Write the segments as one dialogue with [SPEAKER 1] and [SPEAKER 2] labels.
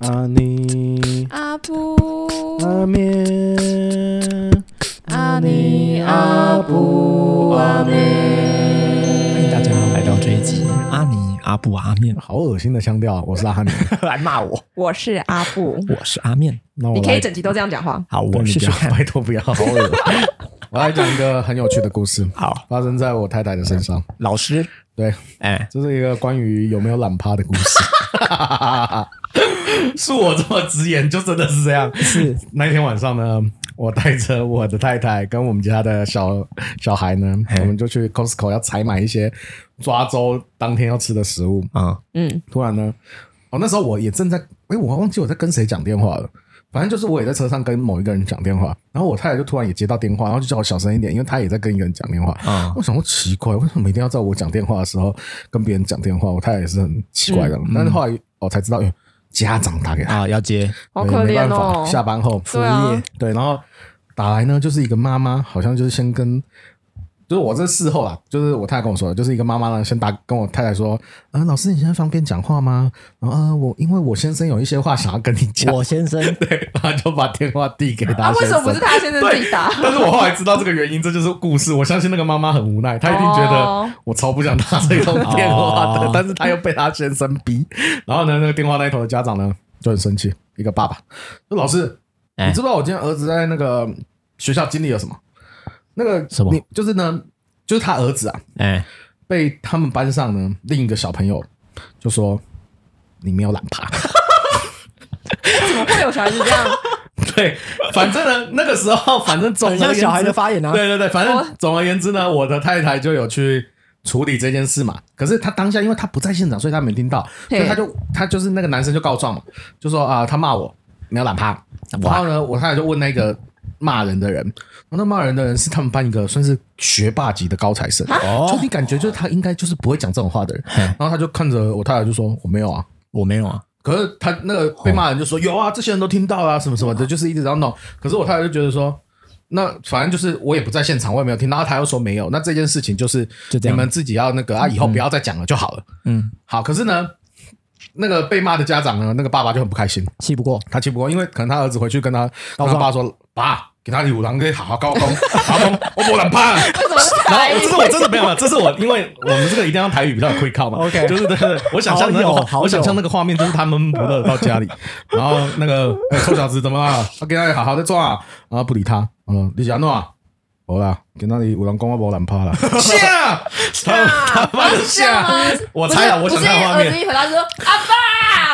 [SPEAKER 1] 阿尼
[SPEAKER 2] 阿布
[SPEAKER 1] 阿面，
[SPEAKER 2] 阿尼阿布阿妹，
[SPEAKER 3] 欢迎大家来到这一集阿尼阿布阿面，
[SPEAKER 1] 好恶心的腔调啊，我是阿尼，
[SPEAKER 3] 来骂我，
[SPEAKER 2] 我是阿 布。
[SPEAKER 3] 我是阿面。
[SPEAKER 1] 那我
[SPEAKER 2] 你可
[SPEAKER 1] 来
[SPEAKER 2] 以整集都这样讲话。
[SPEAKER 3] 好，我啊
[SPEAKER 1] 你
[SPEAKER 3] 试
[SPEAKER 1] 不
[SPEAKER 3] 试
[SPEAKER 1] 要
[SPEAKER 3] 看。
[SPEAKER 1] 拜托不要，好恶。我来讲一个很有趣的故事，
[SPEAKER 3] 好，
[SPEAKER 1] 发生在我太太的身上。
[SPEAKER 3] 老师，
[SPEAKER 1] 对，
[SPEAKER 3] 哎，
[SPEAKER 1] 这是一个关于有没有懒趴的故 事。恕我这么直言，就真的是这样。是那天晚上呢，我带着我的太太跟我们家的小小孩呢，我们就去 Costco 要采买一些抓周当天要吃的食物。
[SPEAKER 3] 啊，
[SPEAKER 2] 嗯，
[SPEAKER 1] 突然呢，哦，那时候我也正在，哎，我忘记我在跟谁讲电话了。反正就是我也在车上跟某一个人讲电话，然后我太太就突然也接到电话，然后就叫我小声一点，因为她也在跟一个人讲电话。
[SPEAKER 3] 啊
[SPEAKER 1] 我想说奇怪，为什么一定要在我讲电话的时候跟别人讲电话？我太太也是很奇怪的。
[SPEAKER 2] 嗯
[SPEAKER 1] 但是后来我才知道，哎家长打给他，
[SPEAKER 3] 啊，要接
[SPEAKER 2] 好
[SPEAKER 1] 对
[SPEAKER 2] 可
[SPEAKER 1] 没
[SPEAKER 2] 怜
[SPEAKER 1] 办法
[SPEAKER 2] 哦。
[SPEAKER 1] 下班后
[SPEAKER 2] 对啊，
[SPEAKER 1] 对，然后打来呢，就是一个妈妈，好像就是先跟，就是我这事后啦，就是我太太跟我说的，就是一个妈妈呢，先打跟我太太说，啊、老师你现在方便讲话吗？然后啊、我因为我先生有一些话想要跟你讲，
[SPEAKER 3] 我先生。
[SPEAKER 1] 对， 然后就把电话递给他
[SPEAKER 2] 啊，为
[SPEAKER 1] 先
[SPEAKER 2] 什么不是
[SPEAKER 1] 生
[SPEAKER 2] 他先生自己打？
[SPEAKER 1] 但是我后来知道这个原因，这就是故事。我相信那个妈妈很无奈，她一定觉
[SPEAKER 2] 哦
[SPEAKER 1] 得我超不想打这通电话的，
[SPEAKER 3] 哦
[SPEAKER 1] 但是她又被她先生逼。然后呢，那个电话那一头的家长呢就很生气，一个爸爸说：“老师，
[SPEAKER 3] 哎
[SPEAKER 1] 你知不知道我今天儿子在那个学校经历了什么？那个
[SPEAKER 3] 什么
[SPEAKER 1] 你就是呢，就是他儿子啊，
[SPEAKER 3] 哎，
[SPEAKER 1] 被他们班上呢另一个小朋友就说你没有懒趴。”
[SPEAKER 2] 怎么会有小孩子这样？
[SPEAKER 1] 对，反正呢，那个时候，反正总而
[SPEAKER 3] 很 像
[SPEAKER 1] 言之
[SPEAKER 3] 小孩的发言啊
[SPEAKER 1] 对对对，反
[SPEAKER 2] 哦
[SPEAKER 1] 正总而言之呢，我的太太就有去处理这件事嘛。可是她当下因为她不在现场，所以她没听到，
[SPEAKER 2] 嘿
[SPEAKER 1] 所以她就她就是那个男生就告状嘛，就说啊、他骂我没有懒趴。然后呢，我太太就问那个骂人的人，然后那骂人的人是他们班一个算是学霸级的高材生，
[SPEAKER 3] 哦
[SPEAKER 1] 就你感觉就是他应该就是不会讲这种话的人。然后他就看着我太太就说我没有啊，
[SPEAKER 3] 我没有啊，
[SPEAKER 1] 可是他那个被骂的人就
[SPEAKER 3] 哦
[SPEAKER 1] 说、有啊，这些人都听到啊，什么什么的，就是一直这样弄。可是我太太就觉得说，那反正就是我也不在现场，我也没有听到，然后他又说没有，那这件事情就是
[SPEAKER 3] 就这
[SPEAKER 1] 你
[SPEAKER 3] 样
[SPEAKER 1] 们自己要那个啊，以后不要再讲了就好了。
[SPEAKER 3] 嗯，
[SPEAKER 1] 好，可是呢，那个被骂的家长呢，那个爸爸就很不开心，
[SPEAKER 3] 气不过，
[SPEAKER 1] 他气不过，因为可能他儿子回去跟他
[SPEAKER 3] 告
[SPEAKER 1] 跟
[SPEAKER 3] 状
[SPEAKER 1] 他爸说，爸，给他五郎可以好好高 工，打工，我不能怕。
[SPEAKER 2] 为什么是
[SPEAKER 1] 然后 呃
[SPEAKER 2] 他？
[SPEAKER 1] 这是我真的没有了，这是我因为我们这个一定要台语比较 quick 靠嘛
[SPEAKER 3] OK
[SPEAKER 1] 就是对对对我想象那个
[SPEAKER 3] 好有
[SPEAKER 1] 画，
[SPEAKER 3] 好有
[SPEAKER 1] 我想象那个画面就是他闷不乐到家 里，然后那个哎臭小子怎么了？他给他好好的抓啊，然后不理他，嗯，你想弄啊？好啦，今那里有人讲我无懒 趴啦，下他他妈的
[SPEAKER 2] 这样吗
[SPEAKER 1] 下，？我猜啊，我
[SPEAKER 2] 不
[SPEAKER 1] 想
[SPEAKER 2] 是不是
[SPEAKER 1] 看画
[SPEAKER 2] 儿子
[SPEAKER 1] 面，啊
[SPEAKER 2] 一回答就说：“阿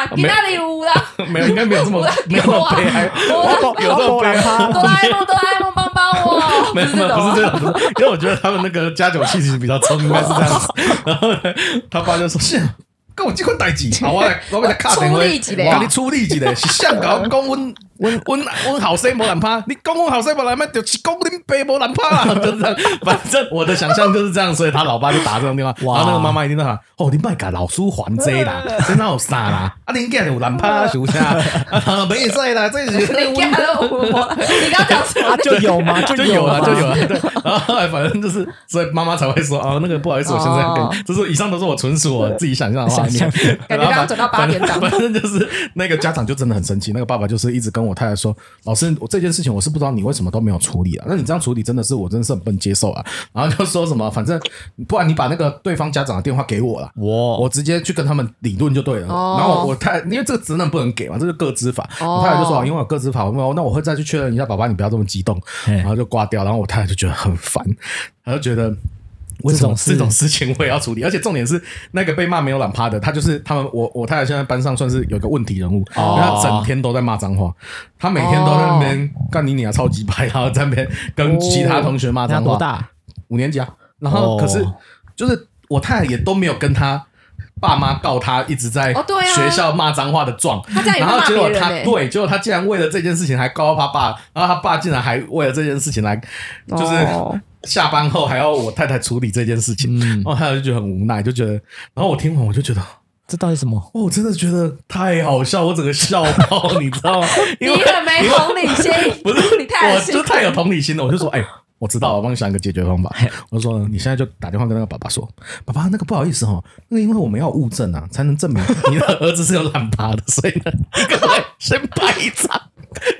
[SPEAKER 2] 爸，
[SPEAKER 1] 没
[SPEAKER 2] 给那 里五了，
[SPEAKER 1] 没有，应该没有这么
[SPEAKER 2] 我来
[SPEAKER 1] 没有那么悲哀，
[SPEAKER 2] 我来
[SPEAKER 1] 有那么悲哀。
[SPEAKER 2] 哆啦 A 梦，哆啦 A 梦帮帮我。”
[SPEAKER 1] 没有没有，不是这种，不是因为我觉得他们那个加酒气息比较重， 应该是这样子。然后呢，他爸就说：“是啊，跟我这款代志，好， 我来我来卡电话，
[SPEAKER 2] 出力一下
[SPEAKER 1] 哇你出力一下，是香港 讲阮阮阮阮后生无难拍，你讲阮后生无难拍，就是讲 恁爸无难拍啦，就是这样。反正我的想象就是这样，所以他老爸就打这种电话，然
[SPEAKER 3] 哇
[SPEAKER 1] 后那个妈妈一定在喊：哦，你卖给老师还这 啦，这哪有啥啦？啊，恁囝有难 拍是不是啊？啊，没使啦， 这是
[SPEAKER 2] 你给了我，你刚讲什么？
[SPEAKER 3] 啊就有吗？
[SPEAKER 1] 就有
[SPEAKER 3] 有
[SPEAKER 1] 了，
[SPEAKER 3] 吗
[SPEAKER 1] 就有了。对，然后后来反正就是，所以妈妈才会说哦，那个不好意思，我现在要跟
[SPEAKER 2] 哦
[SPEAKER 1] 你， 就是以上都是我纯属我自己想象的画面
[SPEAKER 3] 想。
[SPEAKER 2] 感觉刚刚转到八点档
[SPEAKER 1] 然后反反正就是那个家长就真的很生气，那个爸爸就是一直跟我太太说，老师，我这件事情我是不知道你为什么都没有处理啊，那你这样处理真的是我真的是很不能接受啊。然后就说什么，反正不然你把那个对方家长的电话给我了。
[SPEAKER 3] 我
[SPEAKER 1] 我直接去跟他们理论就对了。
[SPEAKER 2] 哦
[SPEAKER 1] 然后我我太因为这个职能不能给嘛，这是个资法。
[SPEAKER 2] 哦
[SPEAKER 1] 我太太就说，因为我个资法，我说那我会再去确认一下，爸爸你不要这么激动，
[SPEAKER 3] 嗯
[SPEAKER 1] 然后就挂掉。然后我太太就觉得很烦，她就觉得。为什么
[SPEAKER 3] 这种事
[SPEAKER 1] 这种事情我也要处理？而且重点是，那个被骂没有懒趴的，他就是他们我我太太现在班上算是有个问题人物，
[SPEAKER 3] 哦
[SPEAKER 1] 因为他整天都在骂脏话，他每天都在那边
[SPEAKER 3] 哦
[SPEAKER 1] 干你你啊超级白，然后在那边跟其他同学骂
[SPEAKER 3] 那
[SPEAKER 1] 脏话。
[SPEAKER 3] 多大？
[SPEAKER 1] 五年级啊。然后可是
[SPEAKER 3] 哦
[SPEAKER 1] 就是我太太也都没有跟他爸妈告他一直在
[SPEAKER 2] 哦对啊
[SPEAKER 1] 学校骂脏话的状，
[SPEAKER 2] 他这样也
[SPEAKER 1] 然
[SPEAKER 2] 会
[SPEAKER 1] 后
[SPEAKER 2] 骂
[SPEAKER 1] 结
[SPEAKER 2] 别
[SPEAKER 1] 果
[SPEAKER 2] 人
[SPEAKER 1] 他
[SPEAKER 2] 欸
[SPEAKER 1] 对，结果他竟然为了这件事情还告他爸，然后他爸竟然还为了这件事情来就是。
[SPEAKER 2] 哦
[SPEAKER 1] 下班后还要我太太处理这件事情，然后太太就觉得很无奈，就觉得，然后我听完我就觉得，
[SPEAKER 3] 这到底什么？
[SPEAKER 1] 哦，我真的觉得太好笑，我整个笑 爆，你知道吗？因
[SPEAKER 2] 你
[SPEAKER 1] 为
[SPEAKER 2] 很没同理心，
[SPEAKER 1] 不是，
[SPEAKER 2] 你太恶
[SPEAKER 1] 我
[SPEAKER 2] 心
[SPEAKER 1] 就。太有同理心了，我就说，哎、我知道，我帮你想一个解决方法。我就说呢，你现在就打电话跟那个爸爸说，爸爸，那个不好意思哦，那个因为我们要物证啊，才能证明你的儿子是有懒趴的，所以呢， 各位先拍一张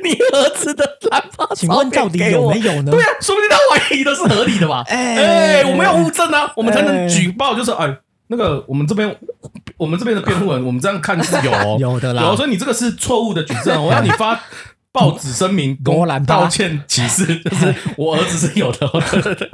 [SPEAKER 1] 你儿子的懒趴照片
[SPEAKER 3] 请问到底
[SPEAKER 1] 给
[SPEAKER 3] 有
[SPEAKER 1] 我
[SPEAKER 3] 没有呢？
[SPEAKER 1] 对啊，说不定他怀疑的是合理的吧？
[SPEAKER 3] 哎
[SPEAKER 1] 哎、我们要物证啊，我们才
[SPEAKER 3] 哎
[SPEAKER 1] 能举报。就是哎，那个我们这边，我们这边的辩护人，我们这样看是有哦
[SPEAKER 3] 有的啦
[SPEAKER 1] 有哦，所以你这个是错误的举证哦，我让你发报纸声明，
[SPEAKER 3] 波兰吧
[SPEAKER 1] 道歉启 事，就是我儿子是有的哦。对对对，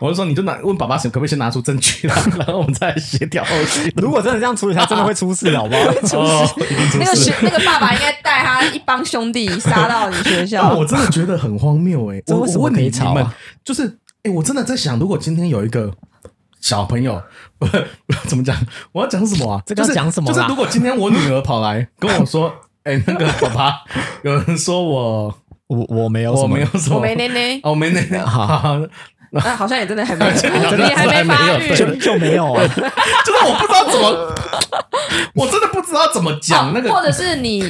[SPEAKER 1] 我就说你就拿问爸爸可不可以先拿出证 据来，然后我们再来协调后续。
[SPEAKER 3] 如果真的这样处理，他真的会出事，好不 好？
[SPEAKER 1] 哦，一定出
[SPEAKER 2] 那个
[SPEAKER 1] 事
[SPEAKER 2] 学。那个爸爸应该带他一帮兄弟杀到你学
[SPEAKER 1] 但
[SPEAKER 2] 校
[SPEAKER 1] 啊我，真的觉得很荒谬哎、
[SPEAKER 3] 这
[SPEAKER 1] 我
[SPEAKER 3] 为什么
[SPEAKER 1] 我问
[SPEAKER 3] 可以
[SPEAKER 1] 你你
[SPEAKER 3] 吵啊
[SPEAKER 1] 们就是哎、我真的在想，如果今天有一个小朋友， 不怎么讲？我要讲什么啊？
[SPEAKER 3] 这个要
[SPEAKER 1] 就是
[SPEAKER 3] 讲什么啦
[SPEAKER 1] 就是如果今天我女儿跑来跟我 说，哎、那个爸爸，有人说我
[SPEAKER 3] 我我没有什
[SPEAKER 1] 我
[SPEAKER 3] 么，
[SPEAKER 1] 没有什么，
[SPEAKER 2] 我没奶奶，
[SPEAKER 1] 哦，我没那那
[SPEAKER 3] 好
[SPEAKER 1] 好，
[SPEAKER 2] 那好像也真的还没，
[SPEAKER 1] 好像
[SPEAKER 2] 你还没
[SPEAKER 1] 还没
[SPEAKER 2] 发
[SPEAKER 1] 有
[SPEAKER 2] 育，
[SPEAKER 1] 对
[SPEAKER 3] 就就没有啊。
[SPEAKER 1] 就是我不知道怎么，我真的不知道怎么讲那个。
[SPEAKER 2] 哦或者是你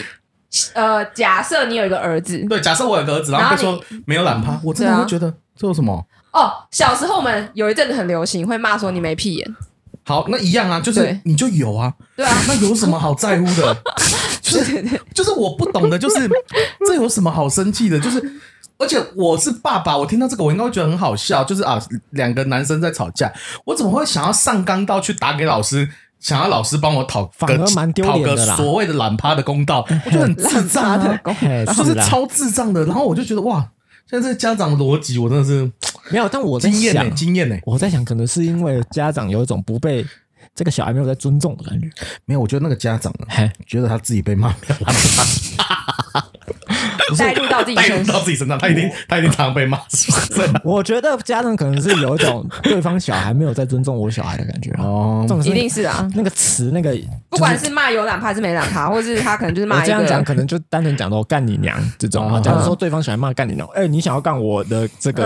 [SPEAKER 2] 呃，假设你有一个儿子
[SPEAKER 1] 对，假设我有个儿子，然后被
[SPEAKER 2] 然
[SPEAKER 1] 说
[SPEAKER 2] 后
[SPEAKER 1] 没有懒趴，我真的
[SPEAKER 2] 对啊
[SPEAKER 1] 会觉得这有什么？
[SPEAKER 2] 哦，小时候我们有一阵子很流行，会骂说你没屁眼，
[SPEAKER 1] 好，那一样啊，就是
[SPEAKER 2] 对
[SPEAKER 1] 你就有啊，
[SPEAKER 2] 对啊，
[SPEAKER 1] 那有什么好在乎的？就
[SPEAKER 2] 对
[SPEAKER 1] 是
[SPEAKER 2] 对对，
[SPEAKER 1] 就是我不懂的，就是这有什么好生气的？就是而且我是爸爸，我听到这个我应该会觉得很好笑，就是啊，两个男生在吵架，我怎么会想要上纲到去打给老师？想要老师帮我讨个，
[SPEAKER 3] 反而蛮丢脸的啦
[SPEAKER 1] 讨个所谓的懒趴的公 道，我觉得很智障
[SPEAKER 2] 懒趴的
[SPEAKER 1] 啊，
[SPEAKER 2] 公
[SPEAKER 3] 嘿
[SPEAKER 1] 就是
[SPEAKER 3] 啦
[SPEAKER 1] 超智障的。然后我就觉得哇，现在这家长逻辑，我真的是欸
[SPEAKER 3] 没有，但我在
[SPEAKER 1] 惊艳呢，
[SPEAKER 3] 想，
[SPEAKER 1] 惊艳呢。
[SPEAKER 3] 我在想，可能是因为家长有一种不被这个小孩没有在尊重的感觉。
[SPEAKER 1] 没有，我觉得那个家长呢，
[SPEAKER 3] 嘿，
[SPEAKER 1] 觉得他自己被骂，
[SPEAKER 2] 带入到自己
[SPEAKER 1] 带入
[SPEAKER 2] 身
[SPEAKER 1] 到
[SPEAKER 2] 上，
[SPEAKER 1] 自己身上，他一定他一定常常被骂，是不是？
[SPEAKER 3] 我觉得家长可能是有一种对方小孩没有在尊重我小孩的感觉啊。
[SPEAKER 1] 哦
[SPEAKER 3] 重点是
[SPEAKER 2] 嗯一
[SPEAKER 3] 那
[SPEAKER 2] 定是啊。
[SPEAKER 3] 那个词，那个
[SPEAKER 2] 不管是骂有懒趴还是没懒趴，或是他可能就是
[SPEAKER 3] 我
[SPEAKER 2] 骂一
[SPEAKER 3] 这样讲，
[SPEAKER 2] 个，嗯
[SPEAKER 3] 可能就单纯讲到干你娘这种啊。
[SPEAKER 1] 啊
[SPEAKER 3] 假如说对方喜欢骂干你娘，哎，你想要干我的这 个，？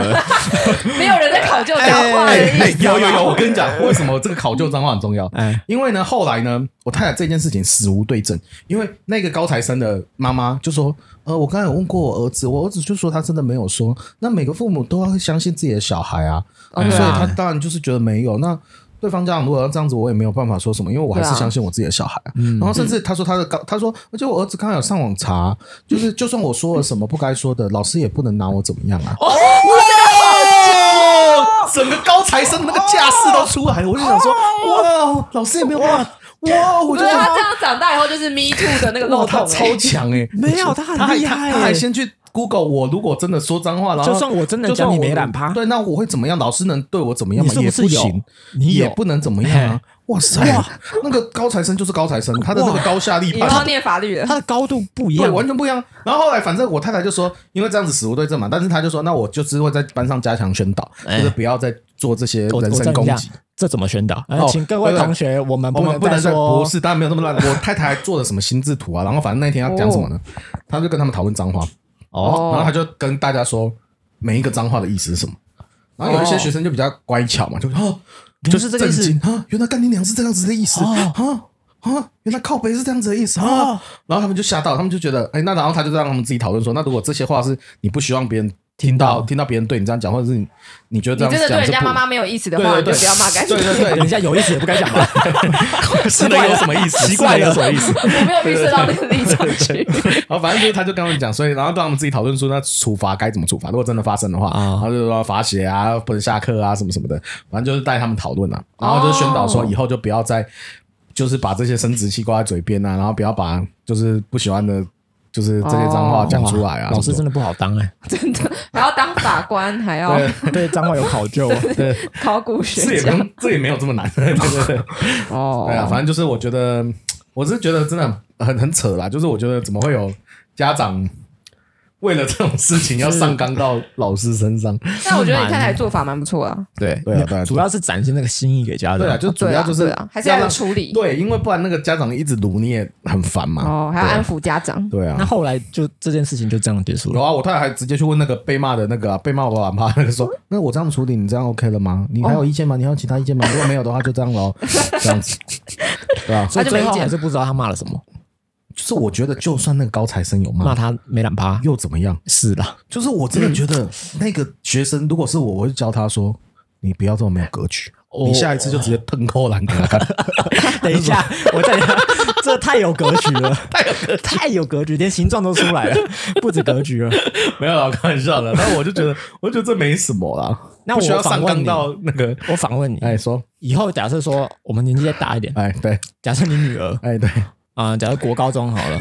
[SPEAKER 2] 没有人在考究讲话
[SPEAKER 1] 哎、
[SPEAKER 2] 的意
[SPEAKER 1] 哎
[SPEAKER 2] 思。
[SPEAKER 1] 有有有，我跟你讲，为什么这个考究脏话很重要
[SPEAKER 3] 哎，
[SPEAKER 1] 因为呢，后来呢，我太太这件事情死无对证，因为那个高材生的妈妈就说：“呃，我刚才有问过我儿子，我儿子就说他真的没有说。那每个父母都要相信自己的小孩啊，
[SPEAKER 2] 哦
[SPEAKER 1] 嗯
[SPEAKER 2] 对
[SPEAKER 1] 所以
[SPEAKER 2] 啊
[SPEAKER 1] 他当然就是觉得没有。那对方家长如果要这样子，我也没有办法说什么，因为我还是
[SPEAKER 2] 对啊
[SPEAKER 1] 相信我自己的小孩啊。然后甚至他说他的高，他说，而且我儿子刚才有上网查，就是就算我说了什么不该说的，老师也不能拿我怎么样啊。哦，整个高材生那个架势都出来了，我就想说，哇，老师也没有办法，哇，我
[SPEAKER 2] 我
[SPEAKER 1] 就
[SPEAKER 2] 觉得
[SPEAKER 1] 觉
[SPEAKER 3] 啊
[SPEAKER 2] 他
[SPEAKER 1] 得
[SPEAKER 2] 这样长大以后就是 Me Too 的那个
[SPEAKER 1] 哇，
[SPEAKER 2] 漏
[SPEAKER 1] 他
[SPEAKER 2] 洞
[SPEAKER 1] 超
[SPEAKER 2] 欸，
[SPEAKER 1] 强哎，
[SPEAKER 3] 没有他很
[SPEAKER 1] 还
[SPEAKER 3] 厉
[SPEAKER 1] 他
[SPEAKER 3] 害
[SPEAKER 1] 他还
[SPEAKER 3] 欸
[SPEAKER 1] 先去 Google 我如果真的说脏话，然后
[SPEAKER 3] 就算我真的
[SPEAKER 1] 就算
[SPEAKER 3] 讲你
[SPEAKER 1] 我
[SPEAKER 3] 没懒趴
[SPEAKER 1] 对，那我会怎么样？老师能对我怎么样
[SPEAKER 3] 你
[SPEAKER 1] 吗？
[SPEAKER 3] 是
[SPEAKER 1] 也
[SPEAKER 3] 是有
[SPEAKER 1] 行，？
[SPEAKER 3] 你
[SPEAKER 1] 也
[SPEAKER 3] 有
[SPEAKER 1] 不能怎么样啊！哇塞，那个高材生就是高材生，他的那个高下立
[SPEAKER 2] 以
[SPEAKER 1] 判
[SPEAKER 2] 后念法律了
[SPEAKER 3] 他。的高度不一
[SPEAKER 1] 对，
[SPEAKER 3] 样，
[SPEAKER 1] 完全不一样。然后后来，反正我太太就说，因为这样子死无对证嘛，但是她就说，那我就是会在班上加强宣导，
[SPEAKER 3] 哎
[SPEAKER 1] 就是不要再做这些
[SPEAKER 3] 我
[SPEAKER 1] 人
[SPEAKER 3] 我
[SPEAKER 1] 身
[SPEAKER 3] 站
[SPEAKER 1] 攻
[SPEAKER 3] 一下
[SPEAKER 1] 击。，
[SPEAKER 3] 这怎么宣导？呃
[SPEAKER 1] 哦
[SPEAKER 3] 请各位
[SPEAKER 1] 对对
[SPEAKER 3] 同学，我们
[SPEAKER 1] 我们不能
[SPEAKER 3] 再
[SPEAKER 1] 再
[SPEAKER 3] 说
[SPEAKER 1] 不是，当然没有那么烂。我太太还做了什么心智图啊？然后反正那天要讲什么呢？她就跟他们讨论脏话，
[SPEAKER 3] 哦，
[SPEAKER 1] 然后她就跟大家说每一个脏话的意思是什么。然后有一些学生就比较乖巧嘛，就哦，
[SPEAKER 3] 原来是这个意思
[SPEAKER 1] 震惊啊，原来干爹娘是这样子的意思啊
[SPEAKER 3] 哦
[SPEAKER 1] 啊，原来靠背是这样子的意思
[SPEAKER 3] 哦
[SPEAKER 1] 啊。然后他们就吓到，他们就觉得，哎，那然后他就让他们自己讨论说，那如果这些话是你不希望别人听到，听到别人对你这样讲，或者是你你觉得这样
[SPEAKER 2] 你真
[SPEAKER 1] 子
[SPEAKER 2] 的对
[SPEAKER 1] 讲
[SPEAKER 2] 人
[SPEAKER 1] 是
[SPEAKER 2] 家
[SPEAKER 1] 不
[SPEAKER 2] 妈妈没有意思的
[SPEAKER 1] 对
[SPEAKER 2] 话，
[SPEAKER 1] 对
[SPEAKER 2] 你就
[SPEAKER 1] 对，
[SPEAKER 2] 不要骂干净
[SPEAKER 1] 对。对
[SPEAKER 3] 等
[SPEAKER 1] 对
[SPEAKER 3] 一，下有意思也不该讲吧？
[SPEAKER 1] 是能有什么意思？
[SPEAKER 3] 奇怪
[SPEAKER 1] 是能有什么
[SPEAKER 3] 了
[SPEAKER 1] 意思？
[SPEAKER 2] 我没有预测到那个立场去。
[SPEAKER 1] 然后哦反正就是他就跟他们讲，所以然后让他们自己讨论说那处罚该怎么处罚，如果真的发生的话，
[SPEAKER 3] 啊
[SPEAKER 1] 然后就说罚写啊，不能下课啊，什么什么的，反正就是带他们讨论啊，然后就是宣导说
[SPEAKER 2] 哦
[SPEAKER 1] 以后就不要再就是把这些生殖器挂在嘴边啊，然后不要把就是不喜欢的。就是这些脏
[SPEAKER 2] 哦
[SPEAKER 1] 话讲出来啊！
[SPEAKER 3] 老师
[SPEAKER 1] 什
[SPEAKER 3] 真
[SPEAKER 1] 么
[SPEAKER 3] 的不好当哎，
[SPEAKER 2] 真的还要当法官，还要
[SPEAKER 1] 对
[SPEAKER 3] 对脏话有考究啊。
[SPEAKER 2] 考古
[SPEAKER 1] 的这
[SPEAKER 2] 学
[SPEAKER 1] 也不
[SPEAKER 2] 家
[SPEAKER 1] 用，这也没有这么难， 对对对，
[SPEAKER 2] 哦
[SPEAKER 1] 对啊，反正就是我觉得，我是觉得真的很很扯啦，就是我觉得怎么会有家长为了这种事情要上纲到老师身上？
[SPEAKER 2] 但我觉得你太太做法蛮不错啊，
[SPEAKER 3] 对
[SPEAKER 1] 对啊对啊
[SPEAKER 3] 主要是展现那个心意给家长。
[SPEAKER 1] 对啊，就主要就是
[SPEAKER 2] 对啊对啊还是要
[SPEAKER 1] 让
[SPEAKER 2] 有处理
[SPEAKER 1] 对，因为不然那个家长一直撸你也很烦嘛。
[SPEAKER 2] 哦，还要安抚家长。
[SPEAKER 1] 对啊
[SPEAKER 3] 那，后来就这件事情就这样结束
[SPEAKER 1] 有
[SPEAKER 3] 了。
[SPEAKER 1] 啊，我太太还直接去问那个被骂的那个啊、 被骂我懒趴那个说，那我这样处理你这样 OK 了吗？你
[SPEAKER 2] 哦
[SPEAKER 1] 还有意见吗？你还有其他意见吗？ 如果没有的话就这样喽，这样子，对啊，
[SPEAKER 3] 所以
[SPEAKER 2] 他就没
[SPEAKER 3] 最后
[SPEAKER 2] 意见
[SPEAKER 3] 还是不知道他骂了什么。
[SPEAKER 1] 就是我觉得，就算那个高材生有骂
[SPEAKER 2] 嗯
[SPEAKER 3] 骂他没懒趴，
[SPEAKER 1] 又怎么样？
[SPEAKER 3] 是啦，
[SPEAKER 1] 就是我真的觉得那个学生，如果是我，我会教他说：“你不要这么没有格局，
[SPEAKER 2] 嗯
[SPEAKER 3] 哦
[SPEAKER 1] 你下一次就直接喷扣篮给他看。
[SPEAKER 3] 等一下，我再讲，这太有格局了， 太有格，太有格局，连形状都出来 了，不止格局了。
[SPEAKER 1] 没有啦，开玩笑的。但我就觉 得，我就觉得这没什么啦，
[SPEAKER 3] 那
[SPEAKER 1] 不
[SPEAKER 3] 我
[SPEAKER 1] 需要上
[SPEAKER 3] 反问
[SPEAKER 1] 纲
[SPEAKER 3] 你
[SPEAKER 1] 到那个。
[SPEAKER 3] 我反问你，
[SPEAKER 1] 哎，说，
[SPEAKER 3] 以后假设说我们年纪再大一点，
[SPEAKER 1] 哎，对，
[SPEAKER 3] 假设你女儿
[SPEAKER 1] 哎，对，
[SPEAKER 3] 啊、假设国高中好了，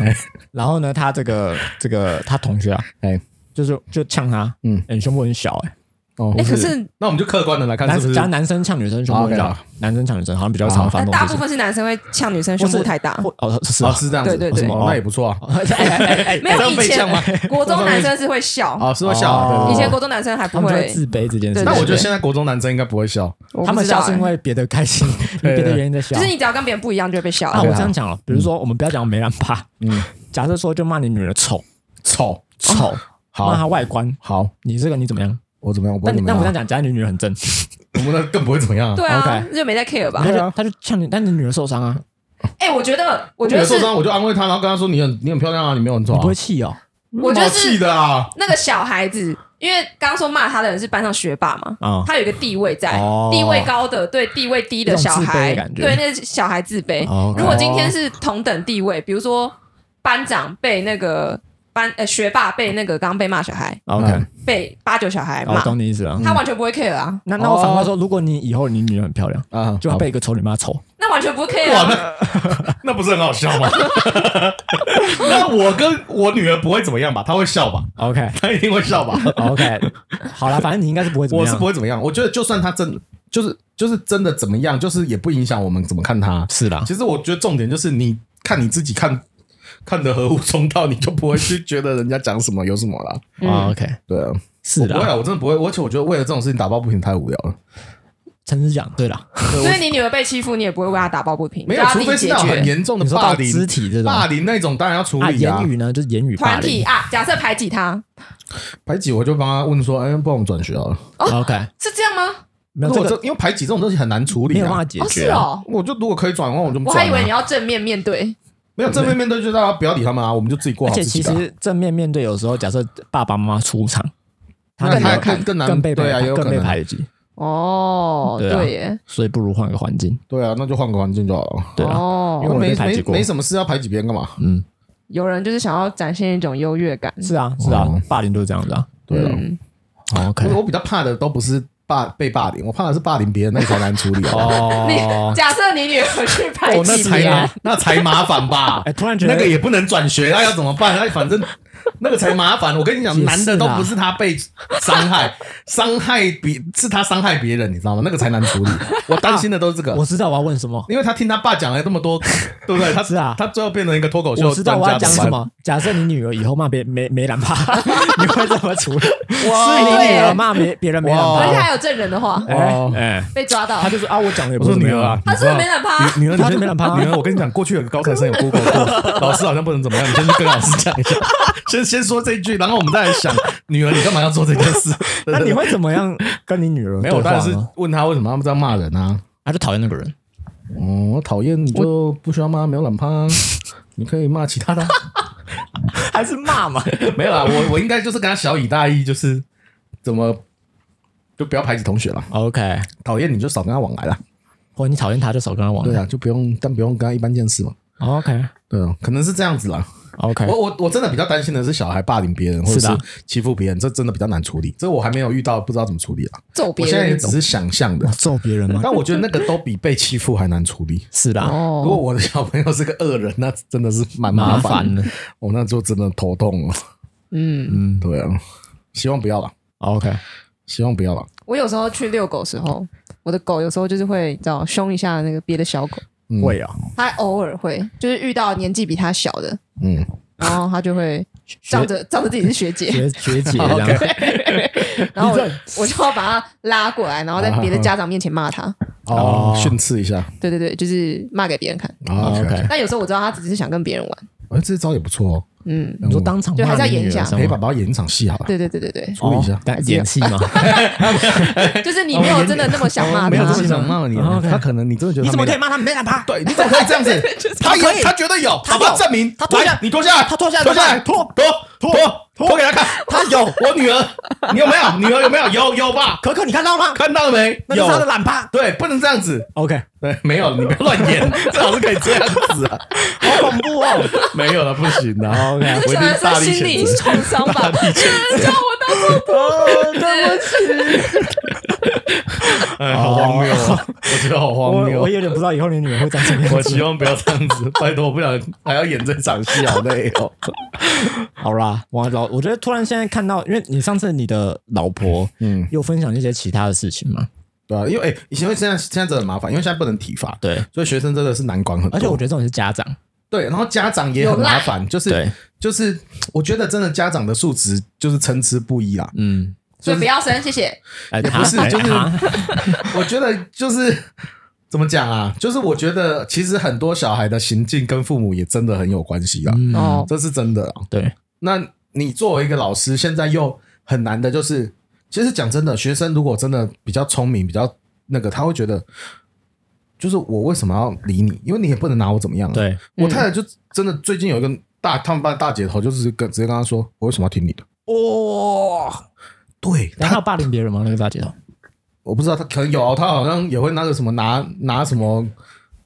[SPEAKER 3] 然后呢，她这个这个她同学啊，
[SPEAKER 1] 哎，
[SPEAKER 3] 就是就呛她，
[SPEAKER 1] 嗯
[SPEAKER 3] 嗯，你胸部很小、哎，
[SPEAKER 1] 哦，
[SPEAKER 2] 哎，
[SPEAKER 1] 不
[SPEAKER 2] 可是
[SPEAKER 1] 那我们就客观的来看，
[SPEAKER 3] 男
[SPEAKER 1] 是不是
[SPEAKER 3] 假？如男生呛女生胸部很小，
[SPEAKER 1] 啊，OK
[SPEAKER 3] 男生呛女生好像比较常发
[SPEAKER 2] 但
[SPEAKER 3] 生这
[SPEAKER 2] 哦大
[SPEAKER 3] 种
[SPEAKER 2] 部分
[SPEAKER 3] 事情，
[SPEAKER 2] 是男生会呛女生
[SPEAKER 3] 或
[SPEAKER 2] 胸部
[SPEAKER 3] 是
[SPEAKER 2] 太大。
[SPEAKER 3] 或哦是
[SPEAKER 1] 哦，
[SPEAKER 3] 啊，
[SPEAKER 1] 是这样子，
[SPEAKER 2] 对对对
[SPEAKER 1] 哦什么那也不错啊。
[SPEAKER 3] 哎哎哎哎
[SPEAKER 2] 没有
[SPEAKER 1] 这样
[SPEAKER 2] 以
[SPEAKER 1] 被
[SPEAKER 2] 前
[SPEAKER 1] 呛吗？
[SPEAKER 2] 国中男生是会笑，
[SPEAKER 1] 哦，是会笑啊。
[SPEAKER 3] 哦
[SPEAKER 1] 对
[SPEAKER 2] 以
[SPEAKER 1] 对
[SPEAKER 2] 前
[SPEAKER 1] 对
[SPEAKER 2] 国中男生还不
[SPEAKER 3] 他们就会
[SPEAKER 2] 会。
[SPEAKER 3] 自卑这件事情。
[SPEAKER 1] 但我
[SPEAKER 2] 对
[SPEAKER 1] 觉得现在国中男生应该不会笑。
[SPEAKER 2] 我
[SPEAKER 3] 他
[SPEAKER 2] 不
[SPEAKER 3] 们
[SPEAKER 2] 知道
[SPEAKER 3] 笑是因
[SPEAKER 2] 哎
[SPEAKER 3] 为别的 开心，因为别的原因在笑
[SPEAKER 2] 就。是你只要跟别人不一样就会被笑
[SPEAKER 3] 啊，
[SPEAKER 2] 啊。
[SPEAKER 3] 我这样讲了，比如说我们不要讲梅兰帕，
[SPEAKER 1] 嗯，
[SPEAKER 3] 假设说就骂你女儿丑
[SPEAKER 1] 丑，哦
[SPEAKER 3] 丑，骂
[SPEAKER 1] 好
[SPEAKER 3] 她外观，
[SPEAKER 1] 好，
[SPEAKER 3] 你这个你怎么样？
[SPEAKER 1] 我怎么样？我不会
[SPEAKER 3] 但你
[SPEAKER 1] 怎么
[SPEAKER 3] 但我这样
[SPEAKER 1] 样啊。
[SPEAKER 3] 讲，假如你女儿很正，
[SPEAKER 1] 我们那更不会怎么样啊。
[SPEAKER 2] 对啊，
[SPEAKER 3] OK
[SPEAKER 2] 就没在 care 吧
[SPEAKER 3] 他？
[SPEAKER 1] 对
[SPEAKER 3] 就
[SPEAKER 1] 啊
[SPEAKER 3] 他就呛你，但你女儿受伤啊，
[SPEAKER 2] 哎，我觉得，我
[SPEAKER 1] 我
[SPEAKER 2] 觉得
[SPEAKER 1] 受
[SPEAKER 2] 是，
[SPEAKER 1] 伤，我就安慰他，然后跟他说：“你很你很漂亮啊，你没有很丑
[SPEAKER 3] 你
[SPEAKER 1] 啊
[SPEAKER 3] 不。会气哦
[SPEAKER 1] 嗯”
[SPEAKER 2] 我觉得
[SPEAKER 1] 好气
[SPEAKER 2] 是
[SPEAKER 1] 的啊。
[SPEAKER 2] 那个小孩子，因为刚刚说骂他的人是班上学霸嘛，
[SPEAKER 3] 啊？
[SPEAKER 2] 他有一个地位在
[SPEAKER 3] 哦，
[SPEAKER 2] 地位高的对地位低的小
[SPEAKER 3] 一种自卑的
[SPEAKER 2] 孩
[SPEAKER 3] 感，觉
[SPEAKER 2] 对那个小孩自卑。
[SPEAKER 3] 哦，OK
[SPEAKER 2] 如果今天是同等地位，比如说班长被那个班呃学霸被那个刚刚被骂小孩，
[SPEAKER 1] 嗯
[SPEAKER 3] OK，
[SPEAKER 2] 被八九小孩
[SPEAKER 3] 哦我
[SPEAKER 2] 骂，
[SPEAKER 3] 懂你意思了。
[SPEAKER 2] 他完全不会 care 啊，
[SPEAKER 3] 那那我反过来说，如果你以后你女儿很漂亮，
[SPEAKER 1] 啊，
[SPEAKER 3] 就要被一个丑女骂丑，
[SPEAKER 2] 那完全不 care
[SPEAKER 1] 哇，
[SPEAKER 2] 啊。
[SPEAKER 1] 那 那不是很好笑吗？那我跟我女儿不会怎么样吧？她会笑吧？
[SPEAKER 3] OK
[SPEAKER 1] 她一定会笑吧？
[SPEAKER 3] OK，好了，反正你应该是不会 怎么
[SPEAKER 1] 我
[SPEAKER 3] 样，
[SPEAKER 1] 是不会怎么样。我觉得就算她真就是就是真的怎么样，就是也不影响我们怎么看她。
[SPEAKER 3] 是啦，
[SPEAKER 1] 其实我觉得重点就是你看你自己看看的合乎中道，你就不会去觉得人家讲什么有什么啦。
[SPEAKER 3] 啊
[SPEAKER 2] 嗯，
[SPEAKER 3] OK
[SPEAKER 1] 对啊，
[SPEAKER 3] 是
[SPEAKER 1] 我不会
[SPEAKER 3] 的，
[SPEAKER 1] 啊，我真的不会。而且我觉得为了这种事情打抱不平太无聊了。
[SPEAKER 3] 诚实讲，对啦，
[SPEAKER 2] 所以你女儿被欺负，你也不会为她打抱不平，
[SPEAKER 1] 没有啊
[SPEAKER 2] 就，要
[SPEAKER 1] 除
[SPEAKER 2] 自
[SPEAKER 1] 非是
[SPEAKER 2] 己解
[SPEAKER 1] 那种很
[SPEAKER 2] 决。
[SPEAKER 1] 严重
[SPEAKER 3] 啊你
[SPEAKER 1] 的
[SPEAKER 3] 说
[SPEAKER 1] 霸
[SPEAKER 3] 到
[SPEAKER 1] 凌、
[SPEAKER 3] 肢体这种
[SPEAKER 1] 霸凌那种，当然要处
[SPEAKER 3] 啊，
[SPEAKER 1] 理
[SPEAKER 3] 言语呢就是言语霸
[SPEAKER 2] 团体
[SPEAKER 3] 凌
[SPEAKER 2] 啊，假设排挤他，
[SPEAKER 1] 排挤我就帮他问说，哎，不然我们转学好了。
[SPEAKER 3] ，OK，
[SPEAKER 2] 是这样吗？
[SPEAKER 3] 没有
[SPEAKER 1] 如
[SPEAKER 3] 这
[SPEAKER 1] 果
[SPEAKER 3] 个
[SPEAKER 1] 哦这因为排挤这种东西很难处
[SPEAKER 3] 没
[SPEAKER 1] 理
[SPEAKER 3] 有办
[SPEAKER 1] 啊
[SPEAKER 3] 法。解
[SPEAKER 2] 哦，是
[SPEAKER 3] 决啊，
[SPEAKER 2] 哦，
[SPEAKER 1] 我就如果可以转弯，我就
[SPEAKER 2] 我
[SPEAKER 1] 转啊
[SPEAKER 2] 还以为你要正面面对。
[SPEAKER 1] 没有正面面对，就是大家不要理他们啊，我们就自己过
[SPEAKER 3] 而
[SPEAKER 1] 好
[SPEAKER 3] 且
[SPEAKER 1] 自
[SPEAKER 3] 其
[SPEAKER 1] 己啊。
[SPEAKER 3] 实正面面对，有时候假设爸爸妈妈出场，
[SPEAKER 1] 那
[SPEAKER 3] 可
[SPEAKER 1] 他
[SPEAKER 3] 能
[SPEAKER 1] 更更难
[SPEAKER 3] 更被
[SPEAKER 1] 对啊，
[SPEAKER 3] 排
[SPEAKER 1] 也有
[SPEAKER 3] 更
[SPEAKER 1] 可
[SPEAKER 3] 被
[SPEAKER 1] 能
[SPEAKER 3] 排挤，
[SPEAKER 2] 哦，
[SPEAKER 3] 对啊
[SPEAKER 2] 对耶，
[SPEAKER 3] 所以不如换个环境，
[SPEAKER 1] 对啊，那就换个环境就好了。
[SPEAKER 3] 对啊，
[SPEAKER 2] 哦
[SPEAKER 3] 因为我
[SPEAKER 1] 没
[SPEAKER 3] 被排
[SPEAKER 1] 没
[SPEAKER 3] 挤过
[SPEAKER 1] 没什么事要排挤别人干嘛？
[SPEAKER 3] 嗯，
[SPEAKER 2] 有人就是想要展现一种优越感。
[SPEAKER 3] 是啊是啊
[SPEAKER 1] 哦，
[SPEAKER 3] 霸凌就是这样子啊
[SPEAKER 1] 对啊，
[SPEAKER 2] 嗯
[SPEAKER 3] 哦，OK，
[SPEAKER 1] 我我比较怕的都不是霸被霸凌，我怕的是霸凌别人，那个才难处理 啊。
[SPEAKER 3] 哦
[SPEAKER 2] 你，假设你女儿去排
[SPEAKER 1] 哦，那
[SPEAKER 2] 挤别
[SPEAKER 1] 才
[SPEAKER 2] 人
[SPEAKER 1] 麻， 那才麻烦吧
[SPEAKER 3] 哎，？突然觉得
[SPEAKER 1] 那个也不能转学，那要怎么办？那反正 那个才麻烦。我跟你
[SPEAKER 3] 也
[SPEAKER 1] 讲，
[SPEAKER 3] 是啊啦
[SPEAKER 1] 男的都不是他被伤害， 伤害别是他伤害别人，你知道吗？那个才难处 理。我担心的都是这个
[SPEAKER 3] 啊我，知道我要问什么，
[SPEAKER 1] 因为他听他爸讲了这么多，对不对？他
[SPEAKER 3] 是啊
[SPEAKER 1] 他最后变成一个脱口秀
[SPEAKER 3] 我知道我要
[SPEAKER 1] 专家
[SPEAKER 3] 讲
[SPEAKER 1] 怎
[SPEAKER 3] 什
[SPEAKER 1] 办。
[SPEAKER 3] 么。假设你女儿以后骂别没没懒趴， 你会怎么处理？
[SPEAKER 1] 哇
[SPEAKER 3] 是你女儿骂别别人没懒
[SPEAKER 2] 而且
[SPEAKER 3] 趴，
[SPEAKER 2] 还有证人的话
[SPEAKER 1] 哦
[SPEAKER 3] 哎哎，
[SPEAKER 2] 被抓到
[SPEAKER 3] 他，就说啊，我讲的也
[SPEAKER 1] 我
[SPEAKER 3] 不
[SPEAKER 1] 说
[SPEAKER 3] 是怎么
[SPEAKER 1] 女
[SPEAKER 3] 样
[SPEAKER 1] 儿啊，，
[SPEAKER 2] 他真的没懒趴。
[SPEAKER 1] 女儿，你
[SPEAKER 3] 他
[SPEAKER 1] 先
[SPEAKER 3] 没懒趴
[SPEAKER 1] 女儿，我跟你讲，过去有个高材生有 Google 过，老师好像不能怎么样，你先去跟老师讲一下，先先说这一句，然后我们再来想，女儿你干嘛要做这件 事？
[SPEAKER 3] 那你会怎么样跟你女儿
[SPEAKER 1] 没
[SPEAKER 3] 对
[SPEAKER 1] 有？我当
[SPEAKER 3] 话
[SPEAKER 1] 然是
[SPEAKER 3] 呢？
[SPEAKER 1] 问他为什么要这样骂人啊？
[SPEAKER 3] 他就讨厌那个人，
[SPEAKER 1] 哦，我讨厌你就不需要骂，没有懒趴、啊，你可以骂其他的啊、
[SPEAKER 3] 还是骂嘛？
[SPEAKER 1] 没有啦，我我应该就是跟他小以大义，就是怎么就不要排挤同学了，
[SPEAKER 3] OK，
[SPEAKER 1] 讨厌你就少跟他往来了。
[SPEAKER 3] 或者你讨厌他就少跟他往
[SPEAKER 1] 对
[SPEAKER 3] 来。
[SPEAKER 1] 啊，就不用，但不用跟他一般见识嘛。
[SPEAKER 3] OK
[SPEAKER 1] 对啊，可能是这样子啦。
[SPEAKER 3] OK，
[SPEAKER 1] 我我我真的比较担心的是小孩霸凌别人或者
[SPEAKER 3] 是
[SPEAKER 1] 是
[SPEAKER 3] 的
[SPEAKER 1] 欺负别人，这真的比较难处理。这我还没有遇到，不知道怎么处理啦。
[SPEAKER 2] 揍
[SPEAKER 1] 我
[SPEAKER 2] 别
[SPEAKER 1] 现在
[SPEAKER 2] 人
[SPEAKER 1] 也
[SPEAKER 2] 那
[SPEAKER 1] 只
[SPEAKER 2] 种。
[SPEAKER 1] 是想象的
[SPEAKER 3] 我，揍别人吗？
[SPEAKER 1] 但我觉得那个都比被欺负还难处理。
[SPEAKER 3] 是的啊，
[SPEAKER 1] 如果
[SPEAKER 2] 哦，
[SPEAKER 1] 我的小朋友是个恶人，那真的是蛮
[SPEAKER 3] 麻
[SPEAKER 1] 烦
[SPEAKER 3] 烦
[SPEAKER 1] 的
[SPEAKER 3] 了。
[SPEAKER 1] 我那就真的头痛了。
[SPEAKER 2] 嗯，
[SPEAKER 3] 嗯
[SPEAKER 1] 对啊，希望不要了，
[SPEAKER 3] ，OK，
[SPEAKER 1] 希望不要了。
[SPEAKER 2] 我有时候去遛狗时候，我的狗有时候就是会你知道凶一下那个别的小狗，
[SPEAKER 1] 嗯
[SPEAKER 3] 会啊，
[SPEAKER 2] 它偶尔会就是遇到年纪比它小的，
[SPEAKER 1] 嗯，
[SPEAKER 2] 然后它就会仗着仗着自己是学姐，
[SPEAKER 3] 学学姐这样
[SPEAKER 2] 然后我
[SPEAKER 3] 你
[SPEAKER 2] 我就要把它拉过来，然后在
[SPEAKER 1] 啊
[SPEAKER 2] 别的家长面前骂它。
[SPEAKER 1] 哦
[SPEAKER 3] 哦，
[SPEAKER 1] 训斥一下。
[SPEAKER 2] 对对对，就是骂给别人看。
[SPEAKER 1] 啊
[SPEAKER 3] OK
[SPEAKER 1] 哎，
[SPEAKER 2] 但有时候我知道他只是想跟别人玩，
[SPEAKER 1] 这招也不错哦。
[SPEAKER 2] 嗯，
[SPEAKER 3] 你说当场
[SPEAKER 2] 就还是
[SPEAKER 3] 在
[SPEAKER 2] 要演一下
[SPEAKER 1] 陪爸爸演一场戏好了，
[SPEAKER 2] 对对对对对，
[SPEAKER 1] 处理一下。
[SPEAKER 3] 演戏嘛？
[SPEAKER 2] 就是你没有真的那么想骂
[SPEAKER 1] 哦没有这
[SPEAKER 2] 他
[SPEAKER 1] 么，想骂你啊，
[SPEAKER 3] OK
[SPEAKER 1] 他可能你真的觉得
[SPEAKER 3] 你
[SPEAKER 1] 他
[SPEAKER 3] 怎么
[SPEAKER 1] 没
[SPEAKER 3] 可以骂他没打趴？
[SPEAKER 1] 对，你怎么可以这样子？ 他有
[SPEAKER 3] 可，以
[SPEAKER 1] 他绝对有，
[SPEAKER 3] 他
[SPEAKER 1] 好不好
[SPEAKER 3] 有
[SPEAKER 1] 证明。
[SPEAKER 3] 他脱
[SPEAKER 1] 来
[SPEAKER 3] 下
[SPEAKER 1] 你脱下来，
[SPEAKER 3] 他脱下来
[SPEAKER 1] 脱下来，
[SPEAKER 3] 怎么
[SPEAKER 1] 脱脱脱脱给他 看。他有，我女儿，你有没有？女儿有没有？有有吧？
[SPEAKER 3] 可可，你看到吗？
[SPEAKER 1] 看到了没？
[SPEAKER 3] 那就
[SPEAKER 1] 有
[SPEAKER 3] 是。他的懒趴。
[SPEAKER 1] 对，不能这样子。
[SPEAKER 3] OK，
[SPEAKER 1] 对，没有，你不要乱 演，最好是可以这样子啊。
[SPEAKER 3] 好恐怖哦。
[SPEAKER 1] 没有了，不行的。
[SPEAKER 3] OK，
[SPEAKER 1] 我一定
[SPEAKER 2] 小孩
[SPEAKER 1] 哎大
[SPEAKER 2] 在
[SPEAKER 1] 力
[SPEAKER 2] 心
[SPEAKER 1] 谴
[SPEAKER 2] 理
[SPEAKER 1] 责。
[SPEAKER 2] 创伤吧？ 叫我当做
[SPEAKER 3] 哦
[SPEAKER 2] 对不起，
[SPEAKER 1] 哎，好荒谬啊！我觉得好荒
[SPEAKER 3] 哦我
[SPEAKER 1] 谬啊
[SPEAKER 3] 我。有点不知道以后你女儿会长什么
[SPEAKER 1] 我
[SPEAKER 3] 样
[SPEAKER 1] 希
[SPEAKER 3] 子。
[SPEAKER 1] 望不要这样子， 拜托，我不想还要演这场戏，好累哦。
[SPEAKER 3] 好啦，我老我觉得突然现在看到，因为你上次你的老婆
[SPEAKER 1] 嗯，
[SPEAKER 3] 又分享一些其他的事情嘛，
[SPEAKER 1] 对啊，因为哎，因为现在现在真的很麻烦，因为现在不能体罚，
[SPEAKER 3] 对，
[SPEAKER 1] 所以学生真的是难管很多。
[SPEAKER 3] 而且我觉得这种是家长，
[SPEAKER 1] 对，然后家长也很麻烦，就是
[SPEAKER 3] 对，
[SPEAKER 1] 就是，我觉得真的家长的素质就是参差不一啦。
[SPEAKER 3] 嗯，
[SPEAKER 2] 所以不要生，谢谢。
[SPEAKER 3] 哎
[SPEAKER 1] 也不
[SPEAKER 3] 哈
[SPEAKER 1] 是
[SPEAKER 3] 哎
[SPEAKER 1] 就是
[SPEAKER 3] 哈
[SPEAKER 1] 我觉得就是怎么讲啊，就是我觉得其实很多小孩的行径跟父母也真的很有关系啦，
[SPEAKER 3] 嗯
[SPEAKER 2] 哦，
[SPEAKER 1] 这是真的啊。
[SPEAKER 3] 对，
[SPEAKER 1] 那你作为一个老师，现在又很难的，就是其实讲真的，学生如果真的比较聪明，比较那个，他会觉得。就是我为什么要理你？因为你也不能拿我怎么样、啊。，
[SPEAKER 3] 对，
[SPEAKER 2] 嗯
[SPEAKER 1] 我太太就真的最近有一个大他们班的大姐头，就是跟直接跟她说，我为什么要听你的？
[SPEAKER 3] 哦，
[SPEAKER 1] 对
[SPEAKER 3] 他
[SPEAKER 1] 她
[SPEAKER 3] 有霸凌别人吗？那个大姐头？
[SPEAKER 1] 我不知道他可能有，啊他好像也会拿个什么拿拿什么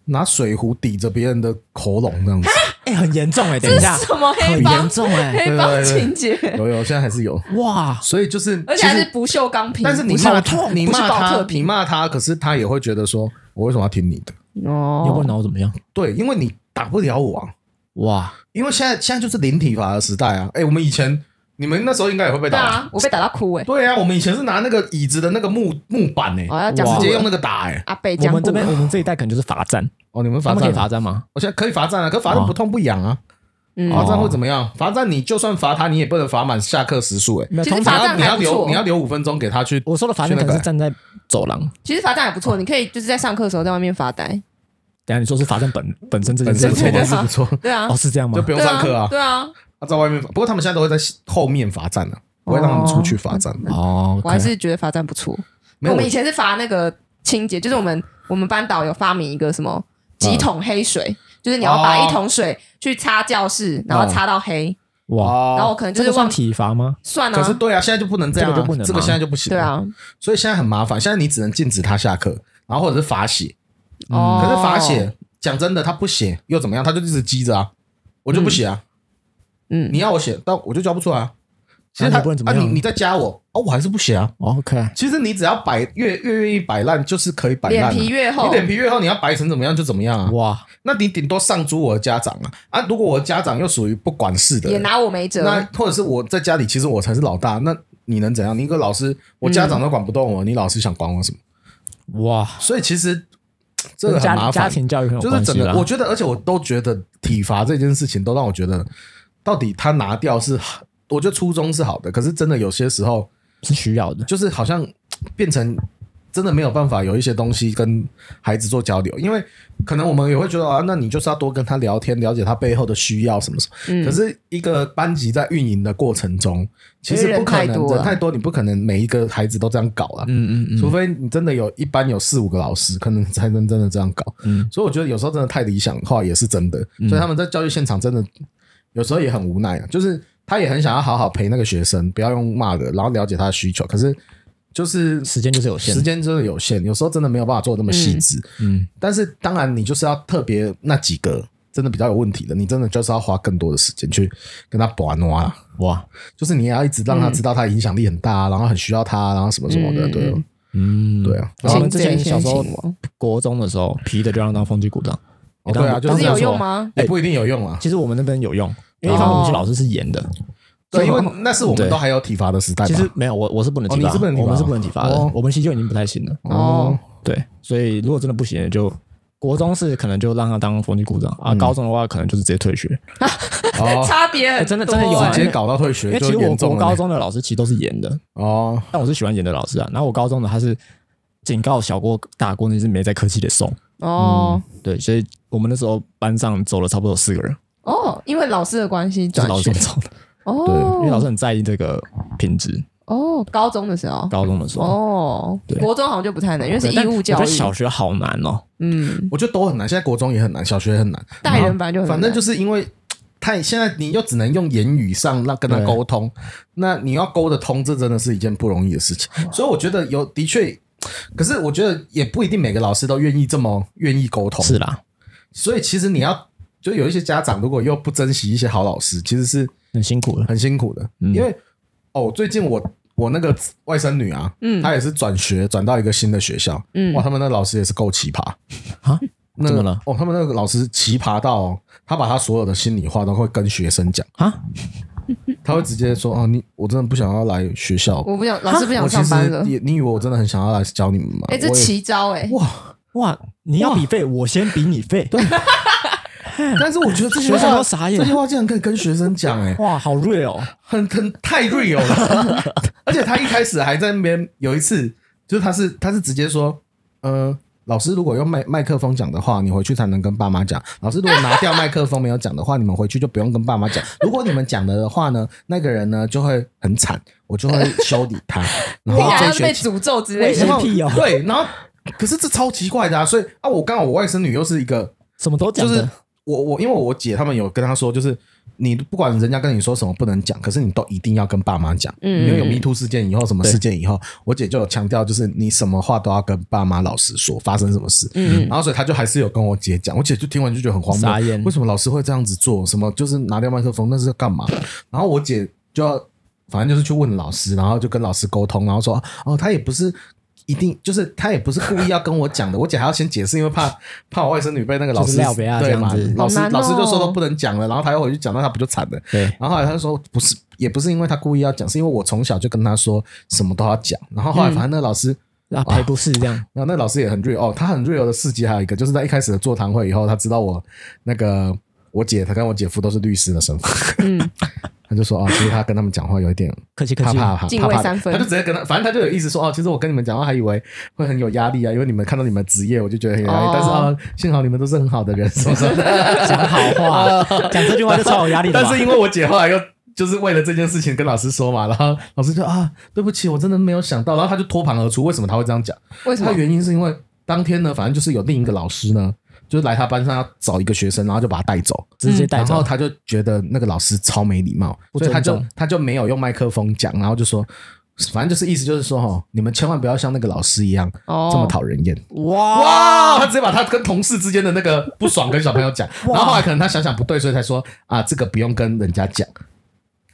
[SPEAKER 1] 拿水壶抵着别人的喉咙这 样子。
[SPEAKER 3] 哎，很严重哎，等
[SPEAKER 2] 这
[SPEAKER 3] 一下
[SPEAKER 2] 是，什么黑
[SPEAKER 3] 很
[SPEAKER 2] 帮
[SPEAKER 3] 严？重哎，
[SPEAKER 2] 黑帮情节，
[SPEAKER 1] 有有，现在还是有，
[SPEAKER 3] 哇，
[SPEAKER 1] 所以就是，
[SPEAKER 2] 而且还
[SPEAKER 1] 其
[SPEAKER 2] 是
[SPEAKER 1] 实，
[SPEAKER 2] 不锈钢瓶，
[SPEAKER 1] 但是你
[SPEAKER 2] 不
[SPEAKER 1] 骂
[SPEAKER 2] 锈
[SPEAKER 1] 他，你
[SPEAKER 2] 不是
[SPEAKER 1] 骂
[SPEAKER 2] 保特
[SPEAKER 1] 他，你
[SPEAKER 2] 瓶
[SPEAKER 1] 骂他，可是他也会觉得说，我为什么要听你的？
[SPEAKER 3] 你会
[SPEAKER 2] 哦。
[SPEAKER 3] 拿我怎么样？
[SPEAKER 1] 对，因为你打不了我啊，
[SPEAKER 3] 哇，
[SPEAKER 1] 因为现在现在就是零体罚的时代啊。哎，我们以前你们那时候应该也会被
[SPEAKER 2] 对
[SPEAKER 1] 打
[SPEAKER 2] 啊
[SPEAKER 1] 吧。，
[SPEAKER 2] 我被打到哭哎！
[SPEAKER 1] 对啊，我们以前是拿那个椅子的那个木木板哎、
[SPEAKER 2] 哦要讲
[SPEAKER 1] 直接
[SPEAKER 2] 述了
[SPEAKER 1] 用那个打哎、
[SPEAKER 2] 阿北
[SPEAKER 3] 我
[SPEAKER 2] 讲
[SPEAKER 3] 们
[SPEAKER 2] 过
[SPEAKER 3] 这，边我们这一代可能就是罚站，
[SPEAKER 1] 哦，你们
[SPEAKER 3] 他
[SPEAKER 1] 罚
[SPEAKER 3] 们可以
[SPEAKER 1] 站
[SPEAKER 3] 罚
[SPEAKER 1] 啊，
[SPEAKER 3] 站吗？
[SPEAKER 1] 我现在可以罚站啊，可罚站
[SPEAKER 3] 哦
[SPEAKER 1] 不痛不痒啊。
[SPEAKER 2] 嗯
[SPEAKER 1] 罚
[SPEAKER 3] 哦
[SPEAKER 1] 站会怎么样？罚站你就算罚他，你也不能罚满下课时数哎、
[SPEAKER 3] 没有
[SPEAKER 2] 其实
[SPEAKER 3] 通
[SPEAKER 1] 你
[SPEAKER 2] 罚
[SPEAKER 3] 常
[SPEAKER 1] 要
[SPEAKER 2] 站
[SPEAKER 1] 你要
[SPEAKER 2] 还不错
[SPEAKER 1] 留你要留五分钟给他去，
[SPEAKER 3] 我说的罚站可能是站在走廊。
[SPEAKER 2] 其实罚站也不错，你可以就是在上课的时候在外面发呆。
[SPEAKER 3] 等一下你说是罚站 本本身这件
[SPEAKER 1] 本
[SPEAKER 3] 事
[SPEAKER 1] 身
[SPEAKER 3] 情
[SPEAKER 1] 这
[SPEAKER 2] 对
[SPEAKER 1] 件
[SPEAKER 2] 啊
[SPEAKER 3] 吗
[SPEAKER 1] 事不错，
[SPEAKER 2] 对啊
[SPEAKER 3] 哦，，是这样吗
[SPEAKER 1] 就？不用上课啊。
[SPEAKER 2] 对啊，
[SPEAKER 1] 他在外面罚，不过他们现在都会在后面罚站啊，不会让他们出去罚站的。
[SPEAKER 3] 哦，
[SPEAKER 2] 我还是觉得罚站不错。
[SPEAKER 1] 没有
[SPEAKER 2] 我们以前是罚那个清洁，就是我们我们班导有发明一个什么几桶黑水，就是你要把
[SPEAKER 1] 哦
[SPEAKER 2] 一桶水去擦教室，然后擦到黑，
[SPEAKER 3] 哇，
[SPEAKER 2] 然后
[SPEAKER 1] 哇
[SPEAKER 2] 我，可能就
[SPEAKER 3] 这
[SPEAKER 2] 是
[SPEAKER 3] 个
[SPEAKER 2] 忘
[SPEAKER 3] 算体罚吗？
[SPEAKER 2] 算
[SPEAKER 1] 哦啊可是
[SPEAKER 2] 啊，
[SPEAKER 1] 对啊，现在就不能这样
[SPEAKER 3] 这
[SPEAKER 1] 啊
[SPEAKER 3] 个就不能，吗
[SPEAKER 1] 这个现在就不行。
[SPEAKER 2] 对，啊，
[SPEAKER 1] 所以现在很麻烦，现在你只能禁止他下课，然后或者是罚写。
[SPEAKER 2] 哦，
[SPEAKER 1] 嗯可是罚写，讲真的，他不写又怎么样？他就一直积着啊，我就不写啊。
[SPEAKER 2] 嗯
[SPEAKER 1] 你要我写，但我就交不出来啊。其实
[SPEAKER 3] 那
[SPEAKER 1] 他
[SPEAKER 3] 你不能怎么
[SPEAKER 1] 啊，
[SPEAKER 3] 样
[SPEAKER 1] 你你再加我啊，我还是不写啊。
[SPEAKER 3] OK，
[SPEAKER 1] 其实你只要摆越越愿意摆烂，就是可以摆烂、啊。
[SPEAKER 2] 脸皮越厚
[SPEAKER 1] 你脸皮越厚，你要摆成怎么样就怎么样啊。
[SPEAKER 3] 哇，
[SPEAKER 1] 那你顶多上租我的家长啊啊！如果我的家长又属于不管事的
[SPEAKER 2] 也
[SPEAKER 1] 人，
[SPEAKER 2] 拿我没辙
[SPEAKER 1] 那。或者是我在家里，其实我才是老大，那你能怎样？你一个老师，我家
[SPEAKER 3] 嗯
[SPEAKER 1] 长都管不动我，你老师想管我什么？
[SPEAKER 3] 哇，
[SPEAKER 1] 所以其实这个很麻
[SPEAKER 3] 家家
[SPEAKER 1] 烦，
[SPEAKER 3] 庭教育很有
[SPEAKER 1] 就是
[SPEAKER 3] 关
[SPEAKER 1] 整
[SPEAKER 3] 系
[SPEAKER 1] 个
[SPEAKER 3] 啦。
[SPEAKER 1] 我觉得，而且我都觉得体罚这件事情都让我觉得，到底他拿掉是，我觉得初衷是好的，可是真的有些时候。
[SPEAKER 3] 是需要的，
[SPEAKER 1] 就是好像变成真的没有办法有一些东西跟孩子做交流，因为可能我们也会觉得啊，那你就是要多跟他聊天，了解他背后的需要什么什么。
[SPEAKER 2] 嗯
[SPEAKER 1] 可是一个班级在运营的过程中，其实不可能
[SPEAKER 2] 因为人太多了
[SPEAKER 1] 人太多，你不可能每一个孩子都这样搞了。
[SPEAKER 3] 嗯嗯
[SPEAKER 1] 除非你真的有一班有四五个老师，可能才能真的这样搞。
[SPEAKER 3] 嗯
[SPEAKER 1] 所以我觉得有时候真的太理想化也是真的，所以他们在教育现场真的有时候也很无奈啊，就是他也很想要好好陪那个学生，不要用骂的，然后了解他的需求，可是就是
[SPEAKER 3] 时间就是有限
[SPEAKER 1] 时间真的有限，有时候真的没有办法做得那么细致。
[SPEAKER 3] 嗯，
[SPEAKER 1] 但是当然，你就是要特别那几个真的比较有问题的，你真的就是要花更多的时间去跟他把弄啊，
[SPEAKER 3] 哇，
[SPEAKER 1] 就是你也要一直让他知道他影响力很大啊，然后很需要他啊，然后什么什么的，
[SPEAKER 2] 嗯
[SPEAKER 1] 对哦
[SPEAKER 3] 嗯，
[SPEAKER 1] 对。啊。
[SPEAKER 3] 然后我们之前
[SPEAKER 2] 请
[SPEAKER 3] 小时候
[SPEAKER 2] 请我
[SPEAKER 3] 国中的时候，皮的就让当风纪股长，
[SPEAKER 1] 哦对啊，就
[SPEAKER 2] 可
[SPEAKER 1] 是这
[SPEAKER 2] 是
[SPEAKER 1] 样
[SPEAKER 2] 有
[SPEAKER 1] 说
[SPEAKER 2] 用？吗？
[SPEAKER 1] 也不一定有用啊。
[SPEAKER 3] 哎其实我们那边有用，因为一方
[SPEAKER 1] 哦
[SPEAKER 3] 面我们是老师是严的，
[SPEAKER 1] 对，因为那是我们
[SPEAKER 3] 对
[SPEAKER 1] 都还有体罚的时代吧。
[SPEAKER 3] 其实没有我我是不能体
[SPEAKER 1] 哦
[SPEAKER 3] 罚，
[SPEAKER 1] 你是不能体罚
[SPEAKER 3] 我们是不能体罚的
[SPEAKER 1] 哦，
[SPEAKER 3] 我们其实就已经不太行了。
[SPEAKER 2] 哦，
[SPEAKER 3] 对，所以如果真的不行，就国中是可能就让他当风纪股长
[SPEAKER 1] 嗯
[SPEAKER 3] 啊，高中的话可能就是直接退学。
[SPEAKER 1] 哦，
[SPEAKER 2] 差别很
[SPEAKER 3] 哎
[SPEAKER 2] 多
[SPEAKER 3] 真的真的有啊
[SPEAKER 1] 直接搞到退学，
[SPEAKER 3] 因为其
[SPEAKER 1] 就
[SPEAKER 3] 实我
[SPEAKER 1] 严重
[SPEAKER 3] 我
[SPEAKER 1] 了
[SPEAKER 3] 高中的老师其实都是严的，
[SPEAKER 1] 哦，
[SPEAKER 3] 但我是喜欢严的老师啊。然后我高中的他是警告小过大过，那是没在客气的送。
[SPEAKER 2] 哦，
[SPEAKER 1] 嗯
[SPEAKER 3] 对，所以我们那时候班上走了差不多有四个人，
[SPEAKER 2] 哦，因为老师的关系
[SPEAKER 3] 就
[SPEAKER 2] 转
[SPEAKER 3] 是老师
[SPEAKER 2] 学
[SPEAKER 3] 这么做的，因为老
[SPEAKER 2] 哦
[SPEAKER 3] 师很在意这个品质。
[SPEAKER 2] 哦，高中的时候
[SPEAKER 3] 高中的时候，
[SPEAKER 2] 哦
[SPEAKER 3] 对，
[SPEAKER 2] 国中好像就不太能，因为是
[SPEAKER 3] 对但
[SPEAKER 2] 义务教
[SPEAKER 3] 我
[SPEAKER 2] 育
[SPEAKER 3] 觉得，小学好难哦，
[SPEAKER 2] 嗯，
[SPEAKER 1] 我觉得都很难，现在国中也很难，小学也很难，
[SPEAKER 3] 啊
[SPEAKER 2] 带人本来就很
[SPEAKER 1] 反正就是是因为太现在你又只能用言语上让跟他沟通，那你要沟得通，这真的是一件不容易的事情。所以我觉得有的确，可是我觉得也不一定每个老师都愿意这么愿意沟通。
[SPEAKER 3] 是啦，
[SPEAKER 1] 所以其实你要就有一些家长如果又不珍惜一些好老师，其实是
[SPEAKER 3] 很辛苦了。
[SPEAKER 1] 很辛苦的，
[SPEAKER 3] 嗯
[SPEAKER 1] 因为哦，最近我。我那个外甥女啊，
[SPEAKER 2] 嗯
[SPEAKER 1] 她也是转学转到一个新的学校，
[SPEAKER 2] 嗯
[SPEAKER 1] 哇，他们那老师也是够奇葩，
[SPEAKER 3] 啊，
[SPEAKER 1] 那
[SPEAKER 3] 怎
[SPEAKER 1] 个
[SPEAKER 3] 么了？
[SPEAKER 1] 哦，他们那个老师奇葩到、哦，他把他所有的心里话都会跟学生讲，
[SPEAKER 3] 啊，
[SPEAKER 1] 他会直接说：“哦，你我真的不想要来学校，哦
[SPEAKER 2] 我不想，老师不
[SPEAKER 1] 啊
[SPEAKER 2] 想
[SPEAKER 1] 我其
[SPEAKER 2] 上班了
[SPEAKER 1] 实，也你以为我真的很想要来教你们吗？”
[SPEAKER 2] 哎，这
[SPEAKER 1] 我也
[SPEAKER 2] 奇招哎，
[SPEAKER 1] 哇！
[SPEAKER 3] 哇，你要比费，我先比你费。
[SPEAKER 1] 但是我觉得这些
[SPEAKER 3] 学生
[SPEAKER 1] 话
[SPEAKER 3] 都傻眼
[SPEAKER 1] 这些话竟然可以跟学生讲、哎，
[SPEAKER 3] 哇，好 real 哦。
[SPEAKER 1] 很很太 real 了。 而且他一开始还在那边有一次，就是他是他是直接说：“呃，老师如果用麦麦克风讲的话，你回去才能跟爸妈讲。老师如果拿掉麦克风没有讲的话，你们回去就不用跟爸妈讲。如果你们讲了的话呢，那个人呢就会很惨，我就会修理他。然
[SPEAKER 2] 听
[SPEAKER 1] 后
[SPEAKER 2] 起
[SPEAKER 1] 这
[SPEAKER 2] 来像
[SPEAKER 1] 一学
[SPEAKER 2] 被
[SPEAKER 1] 期
[SPEAKER 2] 诅咒之类
[SPEAKER 3] 为
[SPEAKER 2] 的
[SPEAKER 3] 什
[SPEAKER 1] 然
[SPEAKER 3] 么
[SPEAKER 1] 后
[SPEAKER 3] 屁哦
[SPEAKER 1] 对，然后可是这超奇怪的啊！所以啊，我刚好我外甥女又是一个，
[SPEAKER 3] 什么都讲
[SPEAKER 1] 就
[SPEAKER 3] 的
[SPEAKER 1] 是我我因为我姐他们有跟她说，就是你不管人家跟你说什么不能讲，可是你都一定要跟爸妈讲。
[SPEAKER 2] 嗯
[SPEAKER 1] 因为有 Me Too 事件以后，什么
[SPEAKER 3] 对
[SPEAKER 1] 事件以后，我姐就有强调，就是你什么话都要跟爸妈、老师说发生什么事。
[SPEAKER 2] 嗯
[SPEAKER 1] 然后所以她就还是有跟我姐讲，我姐就听完就觉得很荒
[SPEAKER 3] 傻眼
[SPEAKER 1] 谬，为什么老师会这样子做？什么就是拿掉麦克风，那是要干嘛？然后我姐就要。反正就是去问老师，然后就跟老师沟通，然后说哦，他也不是一定，就是他也不是故意要跟我讲的，我姐还要先解释，因为怕怕我外甥女被那个老
[SPEAKER 3] 就
[SPEAKER 1] 师
[SPEAKER 3] 是廖北亚
[SPEAKER 1] 对
[SPEAKER 3] 这样
[SPEAKER 1] 嘛
[SPEAKER 3] 子，
[SPEAKER 1] 老师、
[SPEAKER 2] 好难
[SPEAKER 1] 老
[SPEAKER 2] 哦
[SPEAKER 1] 师就说都不能讲了，然后他又回去讲，那他不就惨了？
[SPEAKER 3] 对，
[SPEAKER 1] 然后后来他就说不是，也不是因为他故意要讲，是因为我从小就跟他说什么都要讲，然后后来
[SPEAKER 3] 嗯
[SPEAKER 1] 反正那个老师。
[SPEAKER 3] 啊，赔不是这样，
[SPEAKER 1] 然后那个老师也很 real 哦，他很 real 的事迹还有一个，就是在一开始的座谈会以后，他知道我那个我姐，他跟我姐夫都是律师的身份，
[SPEAKER 2] 嗯，
[SPEAKER 1] 他就说啊、哦，其实他跟他们讲话有一点
[SPEAKER 3] 客气客
[SPEAKER 1] 怕
[SPEAKER 3] 气。
[SPEAKER 1] 怕怕
[SPEAKER 2] 敬
[SPEAKER 1] 怕
[SPEAKER 2] 畏
[SPEAKER 1] 怕
[SPEAKER 2] 三分
[SPEAKER 1] 他就直接跟他，反正他就有意思说哦，其实我跟你们讲话还以为会很有压力啊，因为你们看到你们的职业，我就觉得很有压力，
[SPEAKER 2] 哦
[SPEAKER 1] 但是啊、哦，幸好你们都是很好的人，什么什么的。
[SPEAKER 3] 讲好 话，讲这句话就超有压力的
[SPEAKER 1] 但
[SPEAKER 3] 吧。
[SPEAKER 1] 是因为我姐后来又就是为了这件事情跟老师说嘛，然后老师就啊，对不起，我真的没有想到，然后他就脱盘而出，为什么他会这样讲？
[SPEAKER 2] 为什
[SPEAKER 1] 他
[SPEAKER 2] 么？
[SPEAKER 1] 原因是因为当天呢，反正就是有另一个老师呢，就是来他班上要找一个学生，然后就把他带走。
[SPEAKER 3] 直接带
[SPEAKER 1] 然后
[SPEAKER 3] 走，
[SPEAKER 1] 他就觉得那个老师超没礼貌，
[SPEAKER 3] 不
[SPEAKER 1] 所以
[SPEAKER 3] 尊
[SPEAKER 1] 他就
[SPEAKER 3] 重
[SPEAKER 1] 他就没有用麦克风讲，然后就说，反正就是意思就是说，哦，你们千万不要像那个老师一样、
[SPEAKER 2] 哦
[SPEAKER 1] 这么讨人厌。哇！
[SPEAKER 3] 哇
[SPEAKER 1] 他直接把他跟同事之间的那个不爽跟小朋友讲，然后后来可能他想想不对，所以才说啊，这个不用跟人家讲，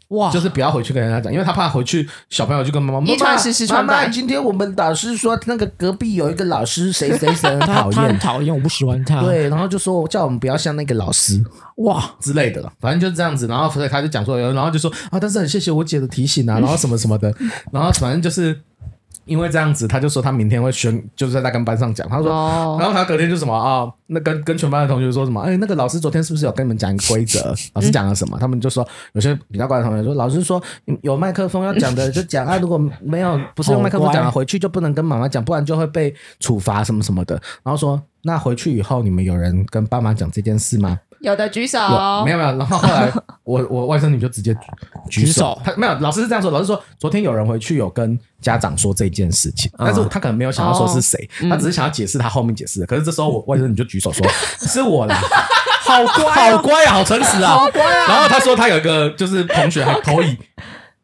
[SPEAKER 3] 哇，
[SPEAKER 1] 就是不要回去跟人家讲，因为他怕回去小朋友就跟妈妈
[SPEAKER 2] 一传十十传
[SPEAKER 1] 妈
[SPEAKER 2] 百
[SPEAKER 1] 妈，今天我们老师说那个隔壁有一个老师谁谁谁很
[SPEAKER 3] 他
[SPEAKER 1] 讨
[SPEAKER 3] 他很
[SPEAKER 1] 厌，
[SPEAKER 3] 讨厌，我不喜欢他。，
[SPEAKER 1] 对，然后就说叫我们不要像那个老师。
[SPEAKER 3] 哇，
[SPEAKER 1] 之类的了，反正就是这样子。然后所以他就讲说，然后就说啊，但是很谢谢我姐的提醒 啊，然后什么什么的，然后反正就是因为这样子，他就说他明天会宣，就是在他跟班上讲，他说。
[SPEAKER 2] 哦，
[SPEAKER 1] 然后他隔天就什么啊、那跟跟全班的同学说什么？哎，那个老师昨天是不是有跟你们讲一个规则？老师讲了什么？他们就说有些比较乖的同学说，老师说嗯有麦克风要讲的就讲啊，如果没有不是用麦克风讲
[SPEAKER 3] 好
[SPEAKER 1] 的，
[SPEAKER 3] 乖
[SPEAKER 1] 回去就不能跟妈妈讲，不然就会被处罚什么什么的。然后说那回去以后你们有人跟爸妈讲这件事吗？
[SPEAKER 2] 有的举手，
[SPEAKER 1] 有没有没有，然后后来我我外甥女就直接举
[SPEAKER 3] 举手
[SPEAKER 1] 她没有，老师是这样说，老师说昨天有人回去有跟家长说这件事情，但是他可能没有想要说是谁，他只是想要解释他后面解释的。可是这时候我外甥女就举手说是我啦，好
[SPEAKER 3] 哦
[SPEAKER 1] 乖，好乖啊，好诚实啊，好乖啊。然后他说他有一个就是同学还投以。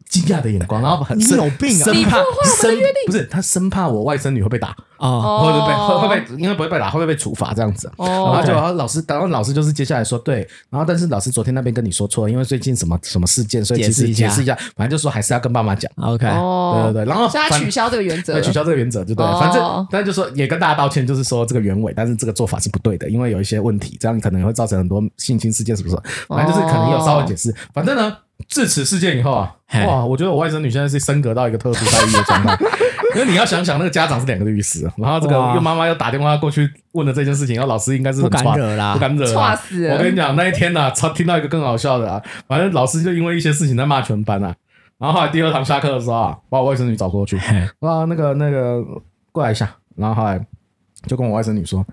[SPEAKER 1] 惊讶的眼光，然后很
[SPEAKER 3] 你
[SPEAKER 1] 生
[SPEAKER 3] 有病啊
[SPEAKER 1] 生
[SPEAKER 2] 你
[SPEAKER 1] 怕
[SPEAKER 2] 破坏我的
[SPEAKER 1] 生不是他生怕我外甥女会被打，
[SPEAKER 3] 啊，
[SPEAKER 1] 会不会被
[SPEAKER 2] 哦
[SPEAKER 1] 会会被应该不会被打，会不会被处罚这样子啊？然后
[SPEAKER 2] 哦
[SPEAKER 1] 就然后老师，然后老师就是接下来说对，然后但是老师昨天那边跟你说错了，因为最近什么什么事件，所以其
[SPEAKER 3] 解释
[SPEAKER 1] 实
[SPEAKER 3] 一下
[SPEAKER 1] 解释一下，反正就说还是要跟爸妈讲，
[SPEAKER 3] OK，
[SPEAKER 1] 对
[SPEAKER 2] 哦，
[SPEAKER 1] 哎对对，然后
[SPEAKER 2] 所以他
[SPEAKER 1] 反
[SPEAKER 2] 取消这个原则了
[SPEAKER 1] 对，取消这个原则就对了，
[SPEAKER 2] 哦
[SPEAKER 1] 反正但就说也跟大家道歉，就是说这个原委，但是这个做法是不对的，因为有一些问题，这样可能会造成很多性侵事件，是不是？反正就是
[SPEAKER 3] 哦
[SPEAKER 1] 可能有稍微解释，反正呢。自此事件以后啊
[SPEAKER 3] 嘿，
[SPEAKER 1] 哇！我觉得我外甥女现在是升格到一个特殊待遇的状 态，因为你要想想，那个家长是两个律师，然后这个
[SPEAKER 3] 哇
[SPEAKER 1] 又妈妈又打电话过去问了这件事情，然后老师应该是很
[SPEAKER 3] 不敢
[SPEAKER 1] 抓
[SPEAKER 3] 惹啦
[SPEAKER 1] 不敢 惹
[SPEAKER 2] 猝
[SPEAKER 1] 啦，
[SPEAKER 2] 死了
[SPEAKER 1] 我跟你讲，那一天呐、啊，操听到一个更好笑的啊，反正老师就因为一些事情在骂全班啊。然后后来第二堂下课的时候啊，把我外甥女找过去
[SPEAKER 3] 嘿，
[SPEAKER 1] 哇，那个那个过来一下。然后后来就跟我外甥女说，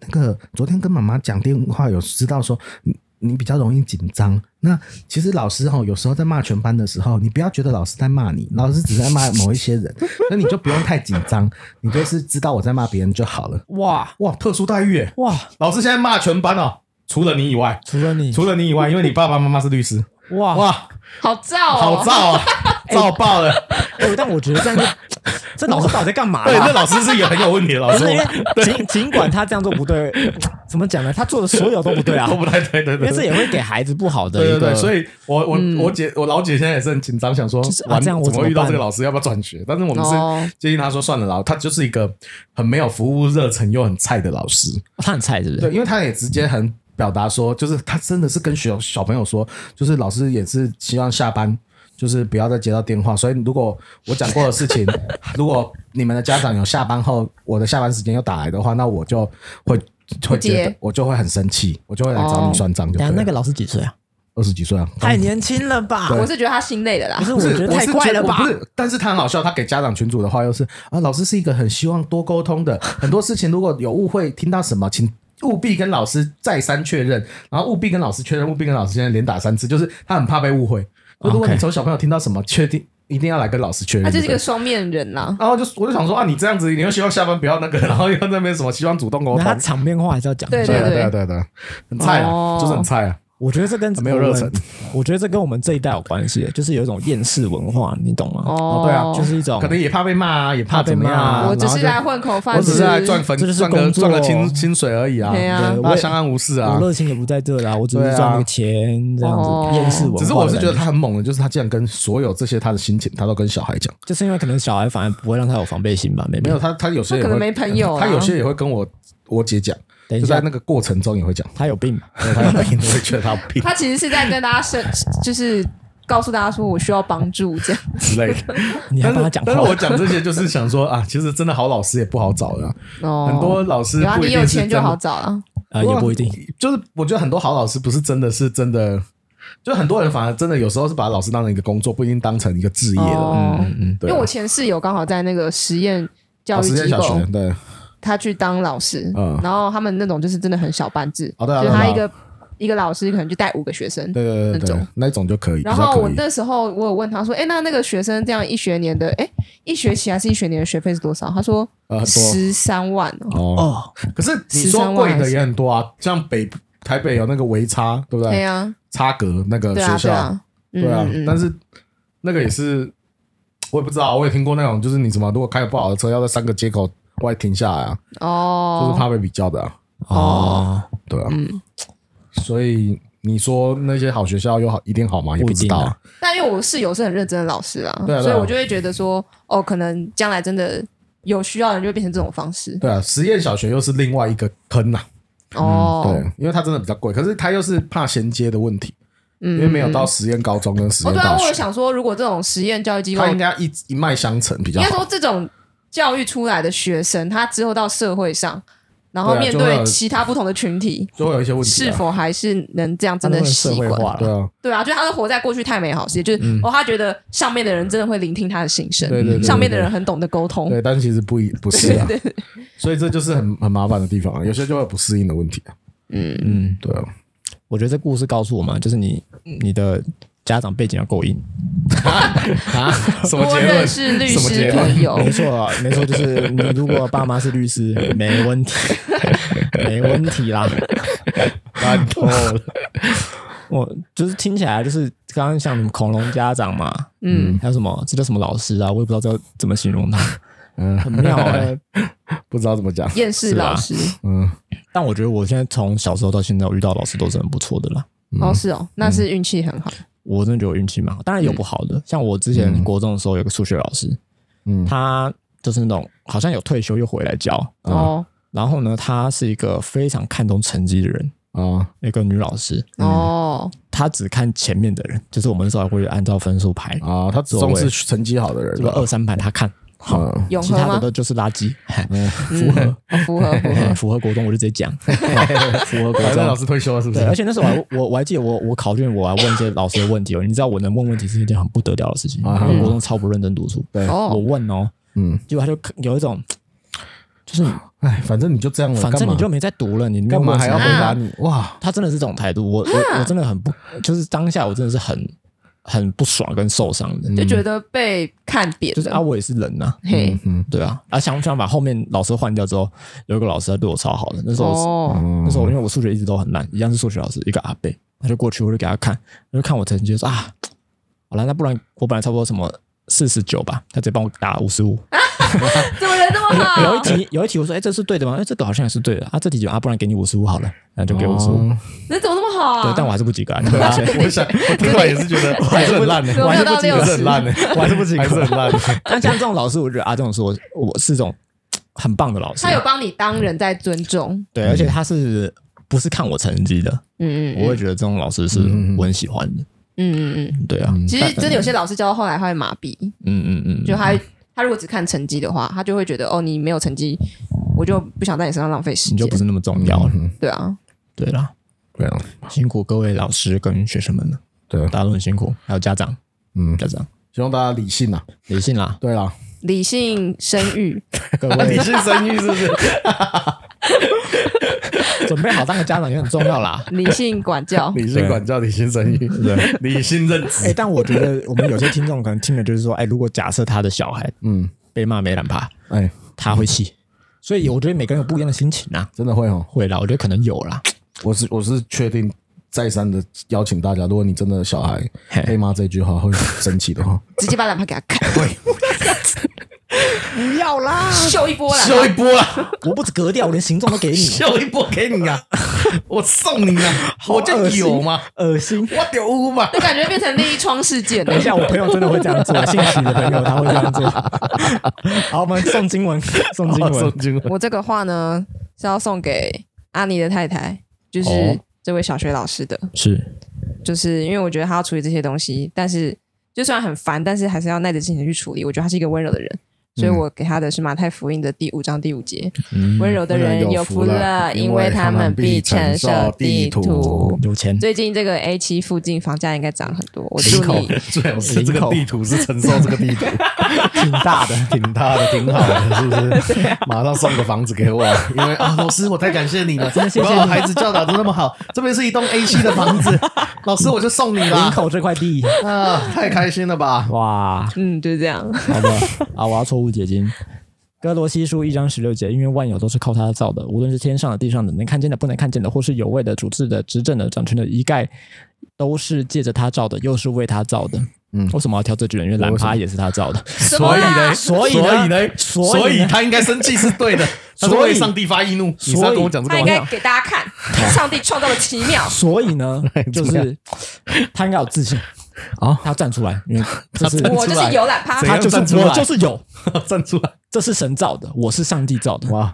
[SPEAKER 1] 那个昨天跟妈妈讲电话，有知道说嗯你比较容易紧张。那其实老师哈、有时候在骂全班的时候，你不要觉得老师在骂你，老师只是在骂某一些人，那你就不用太紧张，你就是知道我在骂别人就好了。
[SPEAKER 3] 哇
[SPEAKER 1] 哇，特殊待遇耶！
[SPEAKER 3] 哇，
[SPEAKER 1] 老师现在骂全班哦，除了你以外，
[SPEAKER 3] 除了你，哦
[SPEAKER 1] 除了你以外，因为你爸爸妈妈是律师，
[SPEAKER 3] 哇哇，
[SPEAKER 1] 哇，
[SPEAKER 2] 好燥
[SPEAKER 1] 好
[SPEAKER 2] 哦，
[SPEAKER 1] 燥啊， 燥爆了。
[SPEAKER 3] 哎但我觉得这样就， 这老师到底在干嘛
[SPEAKER 1] 对，那
[SPEAKER 3] 啦？
[SPEAKER 1] 老师是也很有问题的老
[SPEAKER 3] 哎不
[SPEAKER 1] 师，
[SPEAKER 3] 是因为
[SPEAKER 1] 我
[SPEAKER 3] 尽尽管他这样做不对，怎么讲呢？他做的所有都不对 啊
[SPEAKER 1] 都，不太对，对
[SPEAKER 3] 因
[SPEAKER 1] 对
[SPEAKER 3] 为这
[SPEAKER 1] 对。
[SPEAKER 3] 也会给孩子不好的
[SPEAKER 1] 对
[SPEAKER 3] 一
[SPEAKER 1] 对
[SPEAKER 3] 个。
[SPEAKER 1] 对，所以我我我姐我老姐现在也是很紧张，想说
[SPEAKER 3] 嗯就是啊
[SPEAKER 1] 完
[SPEAKER 3] 这样我
[SPEAKER 1] 怎么会遇到
[SPEAKER 3] 怎么办
[SPEAKER 1] 这个老师，要不要转学？但是我们
[SPEAKER 2] 哦
[SPEAKER 1] 是建议她说算了啦，她就是一个很没有服务热忱又很菜的老师。
[SPEAKER 3] 他很菜，是不
[SPEAKER 1] 对，
[SPEAKER 3] 是？
[SPEAKER 1] 因为他也直接很表达说，就是他真的是跟小小朋友说，就是老师也是希望下班就是不要再接到电话，所以如果我讲过的事 情，如果你们的家长有下班后我的下班时间又打来的话，那我就会会觉得
[SPEAKER 2] 接
[SPEAKER 1] 我就会很生气，我就会来找你算账就
[SPEAKER 3] 哦等
[SPEAKER 1] 对
[SPEAKER 3] 下
[SPEAKER 1] 了。
[SPEAKER 3] 那个老师几岁啊？
[SPEAKER 1] 二十几岁啊，
[SPEAKER 3] 太年轻了吧？
[SPEAKER 2] 我是觉得他心累的啦
[SPEAKER 3] 不。是，
[SPEAKER 1] 不
[SPEAKER 3] 我
[SPEAKER 1] 是
[SPEAKER 3] 觉得
[SPEAKER 1] 我
[SPEAKER 3] 太
[SPEAKER 1] 是
[SPEAKER 3] 怪
[SPEAKER 1] 觉得
[SPEAKER 3] 了
[SPEAKER 1] 我
[SPEAKER 3] 吧
[SPEAKER 1] 不？是，但是他很好笑，他给家长群主的话又是啊，老师是一个很希望多沟通的，很多事情如果有误会，听到什么，请务必跟老师再三确认，然后务必跟老师确认，务必跟老师现在连打三次，就是他很怕被误会。如果
[SPEAKER 3] OK
[SPEAKER 1] 啊你从小朋友听到什么，确定一定要来跟老师确认。
[SPEAKER 2] 他就是一
[SPEAKER 1] 对不
[SPEAKER 2] 个
[SPEAKER 1] 对
[SPEAKER 2] 双面人啦，
[SPEAKER 1] 然后就我就想说啊，你这样子，你又希望下班不要那个，然后又在那边什么希望主动沟
[SPEAKER 3] 那他
[SPEAKER 1] 通，
[SPEAKER 3] 场面话还是要讲。
[SPEAKER 2] 对
[SPEAKER 1] 对啊对啊对啊对啊，很菜
[SPEAKER 2] 哦
[SPEAKER 1] 啊，就是很菜啊，
[SPEAKER 3] 我觉得这跟
[SPEAKER 1] 没有热忱
[SPEAKER 3] 我们。我觉得这跟我们这一代有关系，就是有一种厌世文化，你懂吗？
[SPEAKER 2] 哦
[SPEAKER 1] 对啊
[SPEAKER 3] 就是一种
[SPEAKER 1] 可能也怕被骂啊，也怕
[SPEAKER 3] 怕被
[SPEAKER 1] 怎么样
[SPEAKER 3] 骂
[SPEAKER 1] 啊。
[SPEAKER 3] 啊
[SPEAKER 2] 我只
[SPEAKER 1] 然后
[SPEAKER 2] 是
[SPEAKER 1] 就
[SPEAKER 2] 来混口饭吃，
[SPEAKER 1] 我只是来赚粉，
[SPEAKER 3] 这就是
[SPEAKER 1] 赚个
[SPEAKER 3] 工作
[SPEAKER 1] 赚个薪薪水而已啊，
[SPEAKER 2] 对啊
[SPEAKER 3] 对
[SPEAKER 1] 大家
[SPEAKER 3] 我也
[SPEAKER 1] 相安无事啊
[SPEAKER 3] 我。热情也不在这啦，我只是
[SPEAKER 1] 对啊
[SPEAKER 3] 赚那个钱这样
[SPEAKER 2] 哦
[SPEAKER 3] 子，厌世文化的感觉。
[SPEAKER 1] 只是我是觉得他很猛的，就是他竟然跟所有这些他的心情，他都跟小孩讲。
[SPEAKER 3] 就是因为可能小孩反而不会让他有防备心吧，没
[SPEAKER 1] 没有他，他有些也
[SPEAKER 2] 他可
[SPEAKER 1] 会
[SPEAKER 2] 能没朋友啊
[SPEAKER 1] 他有些也会跟我我姐讲，
[SPEAKER 3] 等一
[SPEAKER 1] 就
[SPEAKER 3] 下
[SPEAKER 1] 在那个过程中也会讲，
[SPEAKER 3] 他有病吧，
[SPEAKER 1] 对他有病，我会觉得他有病
[SPEAKER 2] 他其实是在跟大家生， 就是告诉大家说我需要帮助这样。
[SPEAKER 1] 之类的。
[SPEAKER 3] 你还
[SPEAKER 1] 但
[SPEAKER 3] 帮他
[SPEAKER 1] 是
[SPEAKER 3] 讲
[SPEAKER 1] 但是我
[SPEAKER 3] 话，
[SPEAKER 1] 讲这些就是想说啊，其实真的好老师也不好找的啊，
[SPEAKER 2] 哦，
[SPEAKER 1] 很多老师
[SPEAKER 2] 然后
[SPEAKER 1] 不一
[SPEAKER 2] 你
[SPEAKER 1] 定
[SPEAKER 2] 有
[SPEAKER 1] 是
[SPEAKER 2] 钱就
[SPEAKER 1] 真的
[SPEAKER 2] 好找了。
[SPEAKER 3] 呃，也不一定。
[SPEAKER 1] 就是我觉得很多好老师不是真的是真的，就很多人反而真的有时候是把老师当成一个工作，不一定当成一个职业了。
[SPEAKER 2] 哦
[SPEAKER 1] 嗯嗯，
[SPEAKER 2] 因
[SPEAKER 1] 对啊。
[SPEAKER 2] 为我前室友刚好在那个实验教
[SPEAKER 1] 哦
[SPEAKER 2] 育
[SPEAKER 1] 实验
[SPEAKER 2] 机
[SPEAKER 1] 小
[SPEAKER 2] 构
[SPEAKER 1] 学，对，
[SPEAKER 2] 他去当老师，
[SPEAKER 1] 嗯
[SPEAKER 2] 然后他们那种就是真的很小班制，
[SPEAKER 1] 哦对啊
[SPEAKER 2] 就是
[SPEAKER 1] 对啊对
[SPEAKER 2] 他
[SPEAKER 1] 啊
[SPEAKER 2] 一个一个老师可能就带五个学生。
[SPEAKER 1] 对对对对
[SPEAKER 2] 那
[SPEAKER 1] 对
[SPEAKER 2] 种，
[SPEAKER 1] 那一种就可以。
[SPEAKER 2] 然
[SPEAKER 1] 比较
[SPEAKER 2] 后
[SPEAKER 1] 可
[SPEAKER 2] 我
[SPEAKER 1] 以
[SPEAKER 2] 那时候我有问他说：“哎，那那个学生这样一学年的，哎，一学期还是一学年的学费是多少？”他说
[SPEAKER 1] 呃很：“多
[SPEAKER 2] 十三万哦。
[SPEAKER 1] 哦，
[SPEAKER 3] 哦，
[SPEAKER 1] 可是你说贵的也很多啊，像北台北有那个维差，对不”
[SPEAKER 2] 对
[SPEAKER 1] 对？
[SPEAKER 2] 呀，
[SPEAKER 1] 差格那个
[SPEAKER 2] 对
[SPEAKER 1] 学
[SPEAKER 2] 啊，对
[SPEAKER 1] 校，
[SPEAKER 2] 啊，
[SPEAKER 1] 对啊
[SPEAKER 2] 嗯，嗯嗯
[SPEAKER 1] 但是那个也是我也不知道，我也听过那种，就是你什么如果开得不好的车，要在三个街口外停下来啊，就是
[SPEAKER 2] 哦，
[SPEAKER 1] 怕被比较的啊，
[SPEAKER 3] 哦，
[SPEAKER 1] 对啊，
[SPEAKER 2] 嗯
[SPEAKER 1] 所以。你说那些好学校有好一定好吗？也
[SPEAKER 3] 不一
[SPEAKER 1] 知
[SPEAKER 3] 定
[SPEAKER 1] 道
[SPEAKER 3] 啊
[SPEAKER 1] 啊，
[SPEAKER 2] 但因为我室友是很认真的老师啦，
[SPEAKER 1] 对啊对啊
[SPEAKER 2] 所以我就会觉得说，哦，可能将来真的有需要的人就会变成这种方式。
[SPEAKER 1] 对啊，实验小学又是另外一个坑呐、啊
[SPEAKER 2] 哦，
[SPEAKER 1] 嗯对，因为它真的比较贵，可是它又是怕衔接的问题，
[SPEAKER 2] 嗯，
[SPEAKER 1] 因为没有到实验高中跟实
[SPEAKER 2] 哦，
[SPEAKER 1] 验
[SPEAKER 2] 对啊，
[SPEAKER 1] 大
[SPEAKER 2] 我有
[SPEAKER 1] 学，
[SPEAKER 2] 想说，如果这种实验教育机构，
[SPEAKER 1] 它应
[SPEAKER 2] 应
[SPEAKER 1] 该一一脉相承比较
[SPEAKER 2] 该
[SPEAKER 1] 好。
[SPEAKER 2] 说这种教育出来的学生，他之后到社会上，然后
[SPEAKER 1] 对啊
[SPEAKER 2] 面
[SPEAKER 1] 就会
[SPEAKER 2] 对
[SPEAKER 1] 有
[SPEAKER 2] 其他不同的群体，
[SPEAKER 1] 就会有一些问题、
[SPEAKER 2] 是
[SPEAKER 1] 啊。
[SPEAKER 2] 否还是能这样
[SPEAKER 3] 他
[SPEAKER 2] 真的
[SPEAKER 3] 们社
[SPEAKER 2] 习
[SPEAKER 3] 会
[SPEAKER 2] 惯？
[SPEAKER 3] 化
[SPEAKER 1] 对
[SPEAKER 3] 了，
[SPEAKER 1] 啊，
[SPEAKER 2] 对啊，就他是活在过去太美好世界，就是、哦，他觉得上面的人真的会聆听他的心声，
[SPEAKER 1] 对对对对
[SPEAKER 2] 上面的人很懂得沟通，
[SPEAKER 1] 对，但是其实不一不是啊，所以这就是很很麻烦的地方啊，有些就会有不适应的问题啊。
[SPEAKER 2] 嗯，
[SPEAKER 3] 嗯，
[SPEAKER 1] 对 啊，
[SPEAKER 3] 我觉得这故事告诉我们，就是你你的家长背景要够硬。
[SPEAKER 1] 啊， 什么
[SPEAKER 2] 多
[SPEAKER 1] 结
[SPEAKER 2] 认
[SPEAKER 1] 论？
[SPEAKER 2] 识律
[SPEAKER 1] 什么
[SPEAKER 2] 师
[SPEAKER 1] 结论
[SPEAKER 2] 朋友，
[SPEAKER 3] 没错，没错，就是你如果爸妈是律师，没问题，没问题啦。哦
[SPEAKER 1] 烂透了。
[SPEAKER 3] 我就是听起来就是刚刚像什么恐龙家长嘛，
[SPEAKER 2] 嗯，
[SPEAKER 3] 还有什么这叫什么老师啊，我也不知道这怎么形容他，很
[SPEAKER 1] 嗯，
[SPEAKER 3] 妙哎、
[SPEAKER 1] 不知道怎么讲。
[SPEAKER 2] 厌世
[SPEAKER 3] 是啊
[SPEAKER 2] 老师，
[SPEAKER 1] 嗯，
[SPEAKER 3] 但我觉得我现在从小时候到现在，我遇到老师都是很不错的啦。
[SPEAKER 2] 哦是哦，那是运气很好，
[SPEAKER 3] 我真的觉得我运气蛮好，当然有不好的，像我之前国中的时候有个数学老师，
[SPEAKER 1] 嗯
[SPEAKER 3] 他就是那种好像有退休又回来教，
[SPEAKER 2] 哦
[SPEAKER 3] 然后呢，她是一个非常看重成绩的人，
[SPEAKER 1] 啊，
[SPEAKER 3] 一个女老师，
[SPEAKER 2] 哦，
[SPEAKER 3] 她只看前面的人，就是我们那时候还会按照分数排，
[SPEAKER 1] 啊，他只重视成绩好的
[SPEAKER 3] 这
[SPEAKER 1] 人
[SPEAKER 3] 个
[SPEAKER 1] 啊。
[SPEAKER 3] 二三排她看，好，
[SPEAKER 1] 嗯，
[SPEAKER 2] 永
[SPEAKER 3] 其
[SPEAKER 2] 和
[SPEAKER 3] 他
[SPEAKER 2] 吗
[SPEAKER 3] 的？都就是垃圾，嘿
[SPEAKER 2] 符合，哦符合，
[SPEAKER 1] 嗯
[SPEAKER 2] 符合
[SPEAKER 3] 嘿。符合国中我就直接 讲，符合国
[SPEAKER 1] 反正老
[SPEAKER 3] 中。
[SPEAKER 1] 师退休了是不是
[SPEAKER 3] 对，？而且那时候我还我我还记得我我考卷我还问一些老师的问题哦，你知道我能问问题是一件很不得了的事情，
[SPEAKER 1] 啊
[SPEAKER 3] 我国 中超不认真读书，
[SPEAKER 1] 对
[SPEAKER 3] 我
[SPEAKER 2] 哦，
[SPEAKER 3] 问哦，
[SPEAKER 1] 嗯，
[SPEAKER 3] 结果他就有一种就是
[SPEAKER 1] 哎，反正你就这样了，
[SPEAKER 3] 反正你就没在读了，你没
[SPEAKER 1] 干
[SPEAKER 3] 有
[SPEAKER 1] 嘛干嘛还要
[SPEAKER 3] 问啊
[SPEAKER 1] 回
[SPEAKER 3] 什么
[SPEAKER 1] 答你？哇，
[SPEAKER 3] 他真的是这种态度，我我我真的很不，就是当下我真的是很很不爽跟受伤的，
[SPEAKER 2] 就觉得被看扁了，
[SPEAKER 3] 就是啊，我也是人呐、
[SPEAKER 2] 嘿，
[SPEAKER 1] 嗯，
[SPEAKER 3] 对啊，啊想想把后面老师换掉之后，有一个老师他对我超好的，那时候我是、
[SPEAKER 2] 哦，
[SPEAKER 3] 那时候我因为我数学一直都很烂，一样是数学老师，一个阿贝，他就过去我就给他看，他就看我成绩就说啊，好了，那不然我本来差不多什么四十九吧，他直接帮我打五十五，
[SPEAKER 2] 怎么人这么
[SPEAKER 3] 有一
[SPEAKER 2] 好？
[SPEAKER 3] 题有一题我说哎、这是对的吗？哎、这个好像也是对的啊，这题就啊不然给你五十五好了，那就给五十 五，
[SPEAKER 1] 哦
[SPEAKER 2] 人怎么那么好
[SPEAKER 3] 对
[SPEAKER 2] 啊？，
[SPEAKER 3] 但我还是不及格、啊，你对啊，
[SPEAKER 1] 我想，我听完也是觉得我还是很烂的、
[SPEAKER 2] 我
[SPEAKER 1] 我
[SPEAKER 2] 没
[SPEAKER 1] 还是
[SPEAKER 2] 有
[SPEAKER 1] 不
[SPEAKER 2] 到
[SPEAKER 1] 及格，
[SPEAKER 2] 六
[SPEAKER 1] 还是
[SPEAKER 2] 十
[SPEAKER 1] 很，烂的、我还是不及格，还是很 烂的、
[SPEAKER 3] 但像这种老师，我觉得啊，这种是我我是种很棒的老师，
[SPEAKER 2] 他有帮你当人在尊重，
[SPEAKER 3] 对，而且他是不是看我成绩的？
[SPEAKER 2] 嗯
[SPEAKER 3] 我
[SPEAKER 2] 嗯
[SPEAKER 3] 会觉得这种老师是
[SPEAKER 1] 嗯嗯嗯
[SPEAKER 3] 我很喜欢的，
[SPEAKER 2] 嗯嗯嗯。
[SPEAKER 3] 对啊，
[SPEAKER 2] 其实真的有些老师教到后来，他会麻痹，
[SPEAKER 3] 嗯嗯嗯，
[SPEAKER 2] 就他他如果只看成绩的话，他就会觉得哦，你没有成绩，我就不想在你身上浪费时
[SPEAKER 3] 你就
[SPEAKER 2] 间
[SPEAKER 3] 不。是那么重要了，
[SPEAKER 1] 嗯，
[SPEAKER 2] 对啊，
[SPEAKER 3] 对啦，
[SPEAKER 1] 对啊，
[SPEAKER 3] 辛苦各位老师跟学生们了，
[SPEAKER 1] 对啊，
[SPEAKER 3] 大家都很辛苦，还有家长，
[SPEAKER 1] 嗯，
[SPEAKER 3] 家长
[SPEAKER 1] 希望大家理性啊，，
[SPEAKER 3] 理性啦
[SPEAKER 1] 对啦，
[SPEAKER 2] 理性生 育，
[SPEAKER 3] 各 位
[SPEAKER 1] 理性生育是不是？
[SPEAKER 3] 准备好当个家长也很重 要啦。
[SPEAKER 2] 理性管教，
[SPEAKER 1] 理性管教，理性生育，对，理性认
[SPEAKER 3] 哎、
[SPEAKER 1] 知，
[SPEAKER 3] 但我觉得我们有些听众可能听的就是说，哎、如果假设他的小孩
[SPEAKER 1] 嗯，
[SPEAKER 3] 被骂没懒爬，
[SPEAKER 1] 哎、
[SPEAKER 3] 他会气，所以我觉得每个人有不一样的心情啊，
[SPEAKER 1] 真的会哦，
[SPEAKER 3] 会啦，我觉得可能有啦，
[SPEAKER 1] 我是我是确定。再三的邀请大家，如果你真的小孩
[SPEAKER 3] 嘿
[SPEAKER 1] 被骂这句话会生气的 话，
[SPEAKER 2] 直接把懒趴给他 砍，
[SPEAKER 3] 不要啦，
[SPEAKER 2] 秀一波啦，
[SPEAKER 1] 秀一波啊，
[SPEAKER 3] 我不止格调，我连行动都 给你，
[SPEAKER 1] 秀一波给你啊，我送你啊，我就有嘛，
[SPEAKER 3] 恶心。
[SPEAKER 1] 我丢乌嘛，
[SPEAKER 2] 那感觉变成另一桩事件了
[SPEAKER 3] 等一。 下，我朋友真的会这样 做，姓许的朋友他会这样做。 好，我们送经文，送经文
[SPEAKER 1] 送，经哦文，
[SPEAKER 2] 我这个话呢是要送给阿尼的太太，就是
[SPEAKER 3] 哦
[SPEAKER 2] 这位小学老师的，
[SPEAKER 3] 是
[SPEAKER 2] 就是因为我觉得他要处理这些东西，但是就算很烦，但是还是要耐着性子去处理。我觉得他是一个温柔的人，所以我给他的是马太福音的第五章第五节：嗯温柔的人有福了，因为他们必承受地土。
[SPEAKER 3] 有钱，
[SPEAKER 2] 最近这个 A 七附近房价应该涨很多，我
[SPEAKER 1] 林
[SPEAKER 2] 祝
[SPEAKER 1] 口
[SPEAKER 2] 你
[SPEAKER 1] 最好是这个地图是承受这个地 图，
[SPEAKER 3] 挺大 的。
[SPEAKER 1] 挺大的，挺好的，是不是？马上送个房子给我，因为啊，老师我太感谢你了，真的
[SPEAKER 3] 谢谢你
[SPEAKER 1] 把我孩子教导的那么好，这边是一栋 A 区的房 子，老师我就送你
[SPEAKER 3] 林
[SPEAKER 1] 啦，
[SPEAKER 3] 口这块地，
[SPEAKER 1] 啊，太开心了吧？
[SPEAKER 3] 哇，
[SPEAKER 2] 嗯，就是这样。
[SPEAKER 3] 好的啊，我要错误解经。哥罗西书一章十六节，因为万有都是靠他造的，无论是天上的、地上的，能看见的、不能看见的，或是有位的、主治的、执政的、掌权的，一概都是借着他造的，又是为他造的。嗯，为什么要挑这句呢？因为兰趴也是他造的。
[SPEAKER 1] 所以 呢，
[SPEAKER 3] 所以呢
[SPEAKER 1] 所以呢，
[SPEAKER 3] 所以呢
[SPEAKER 1] 所以他应该生气是对的，他是
[SPEAKER 3] 所以
[SPEAKER 1] 为上帝发易怒。你是
[SPEAKER 3] 所
[SPEAKER 1] 要
[SPEAKER 3] 以
[SPEAKER 1] 跟我讲这个
[SPEAKER 2] 他应
[SPEAKER 1] 玩
[SPEAKER 2] 该
[SPEAKER 1] 笑？
[SPEAKER 2] 给大家 看上帝创造的奇 妙。
[SPEAKER 3] 所以呢，哎就是他应该有自信
[SPEAKER 1] 啊，
[SPEAKER 3] 他站出来，因 为这是
[SPEAKER 2] 我就是有懒趴
[SPEAKER 1] 怎，
[SPEAKER 3] 他
[SPEAKER 1] 样
[SPEAKER 3] 就是
[SPEAKER 1] 站出来
[SPEAKER 3] 我就是有，
[SPEAKER 1] 站出来！
[SPEAKER 3] 这是神造的，我是上帝造的，
[SPEAKER 1] 哇，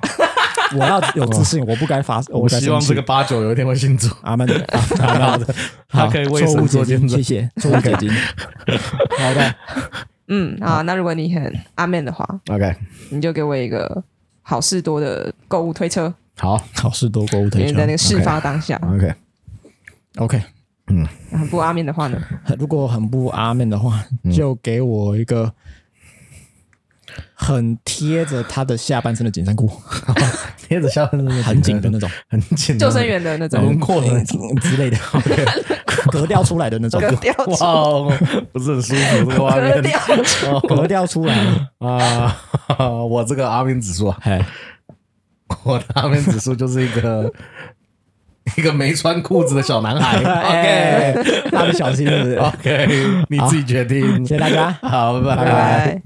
[SPEAKER 3] 我要有自信，我不该发，哦我
[SPEAKER 1] 我
[SPEAKER 3] 不该
[SPEAKER 1] 希望
[SPEAKER 3] 生
[SPEAKER 1] 这个。
[SPEAKER 3] 气
[SPEAKER 1] 八九有一天会信主。
[SPEAKER 3] 阿曼的，啊阿曼的，
[SPEAKER 1] 他
[SPEAKER 3] 好
[SPEAKER 1] 可以为
[SPEAKER 3] 错误
[SPEAKER 1] 神
[SPEAKER 3] 解
[SPEAKER 1] 做
[SPEAKER 3] 经，
[SPEAKER 1] 见证
[SPEAKER 3] 谢谢错误解经。好的，
[SPEAKER 2] 嗯啊，那如果你很阿面的话，
[SPEAKER 1] OK，
[SPEAKER 2] 你就给我一个好事多的购物推车，
[SPEAKER 1] 好
[SPEAKER 3] 好事多购物
[SPEAKER 2] 因
[SPEAKER 3] 推
[SPEAKER 2] 为在那
[SPEAKER 3] 荐
[SPEAKER 2] 个。事发当下，
[SPEAKER 1] ，OK，
[SPEAKER 3] OK，
[SPEAKER 2] 很不阿面的话呢，
[SPEAKER 3] 如果很不阿曼的话，就给我一个很贴着他的下半身的紧身裤，
[SPEAKER 1] 贴着下半身
[SPEAKER 3] 很紧的那种。嗯
[SPEAKER 1] 很紧的
[SPEAKER 2] 救生员的那种
[SPEAKER 1] 轮廓的那种。
[SPEAKER 3] 之类的，格调出来的那种，
[SPEAKER 2] 格调
[SPEAKER 1] 哇
[SPEAKER 2] 出
[SPEAKER 1] 哦，不是很舒服这个画
[SPEAKER 2] 格
[SPEAKER 1] 面
[SPEAKER 2] 调出
[SPEAKER 3] 格调出来了。
[SPEAKER 1] 啊！ 我这个阿明指数啊，
[SPEAKER 3] 嘿，
[SPEAKER 1] 我的阿明指数就是一个 一个没穿裤子的小男 孩。
[SPEAKER 3] 哎 OK，大家小心，是不是？
[SPEAKER 1] OK，OK，你自己决定
[SPEAKER 3] 谢。谢大家。
[SPEAKER 1] 好，拜
[SPEAKER 2] 来。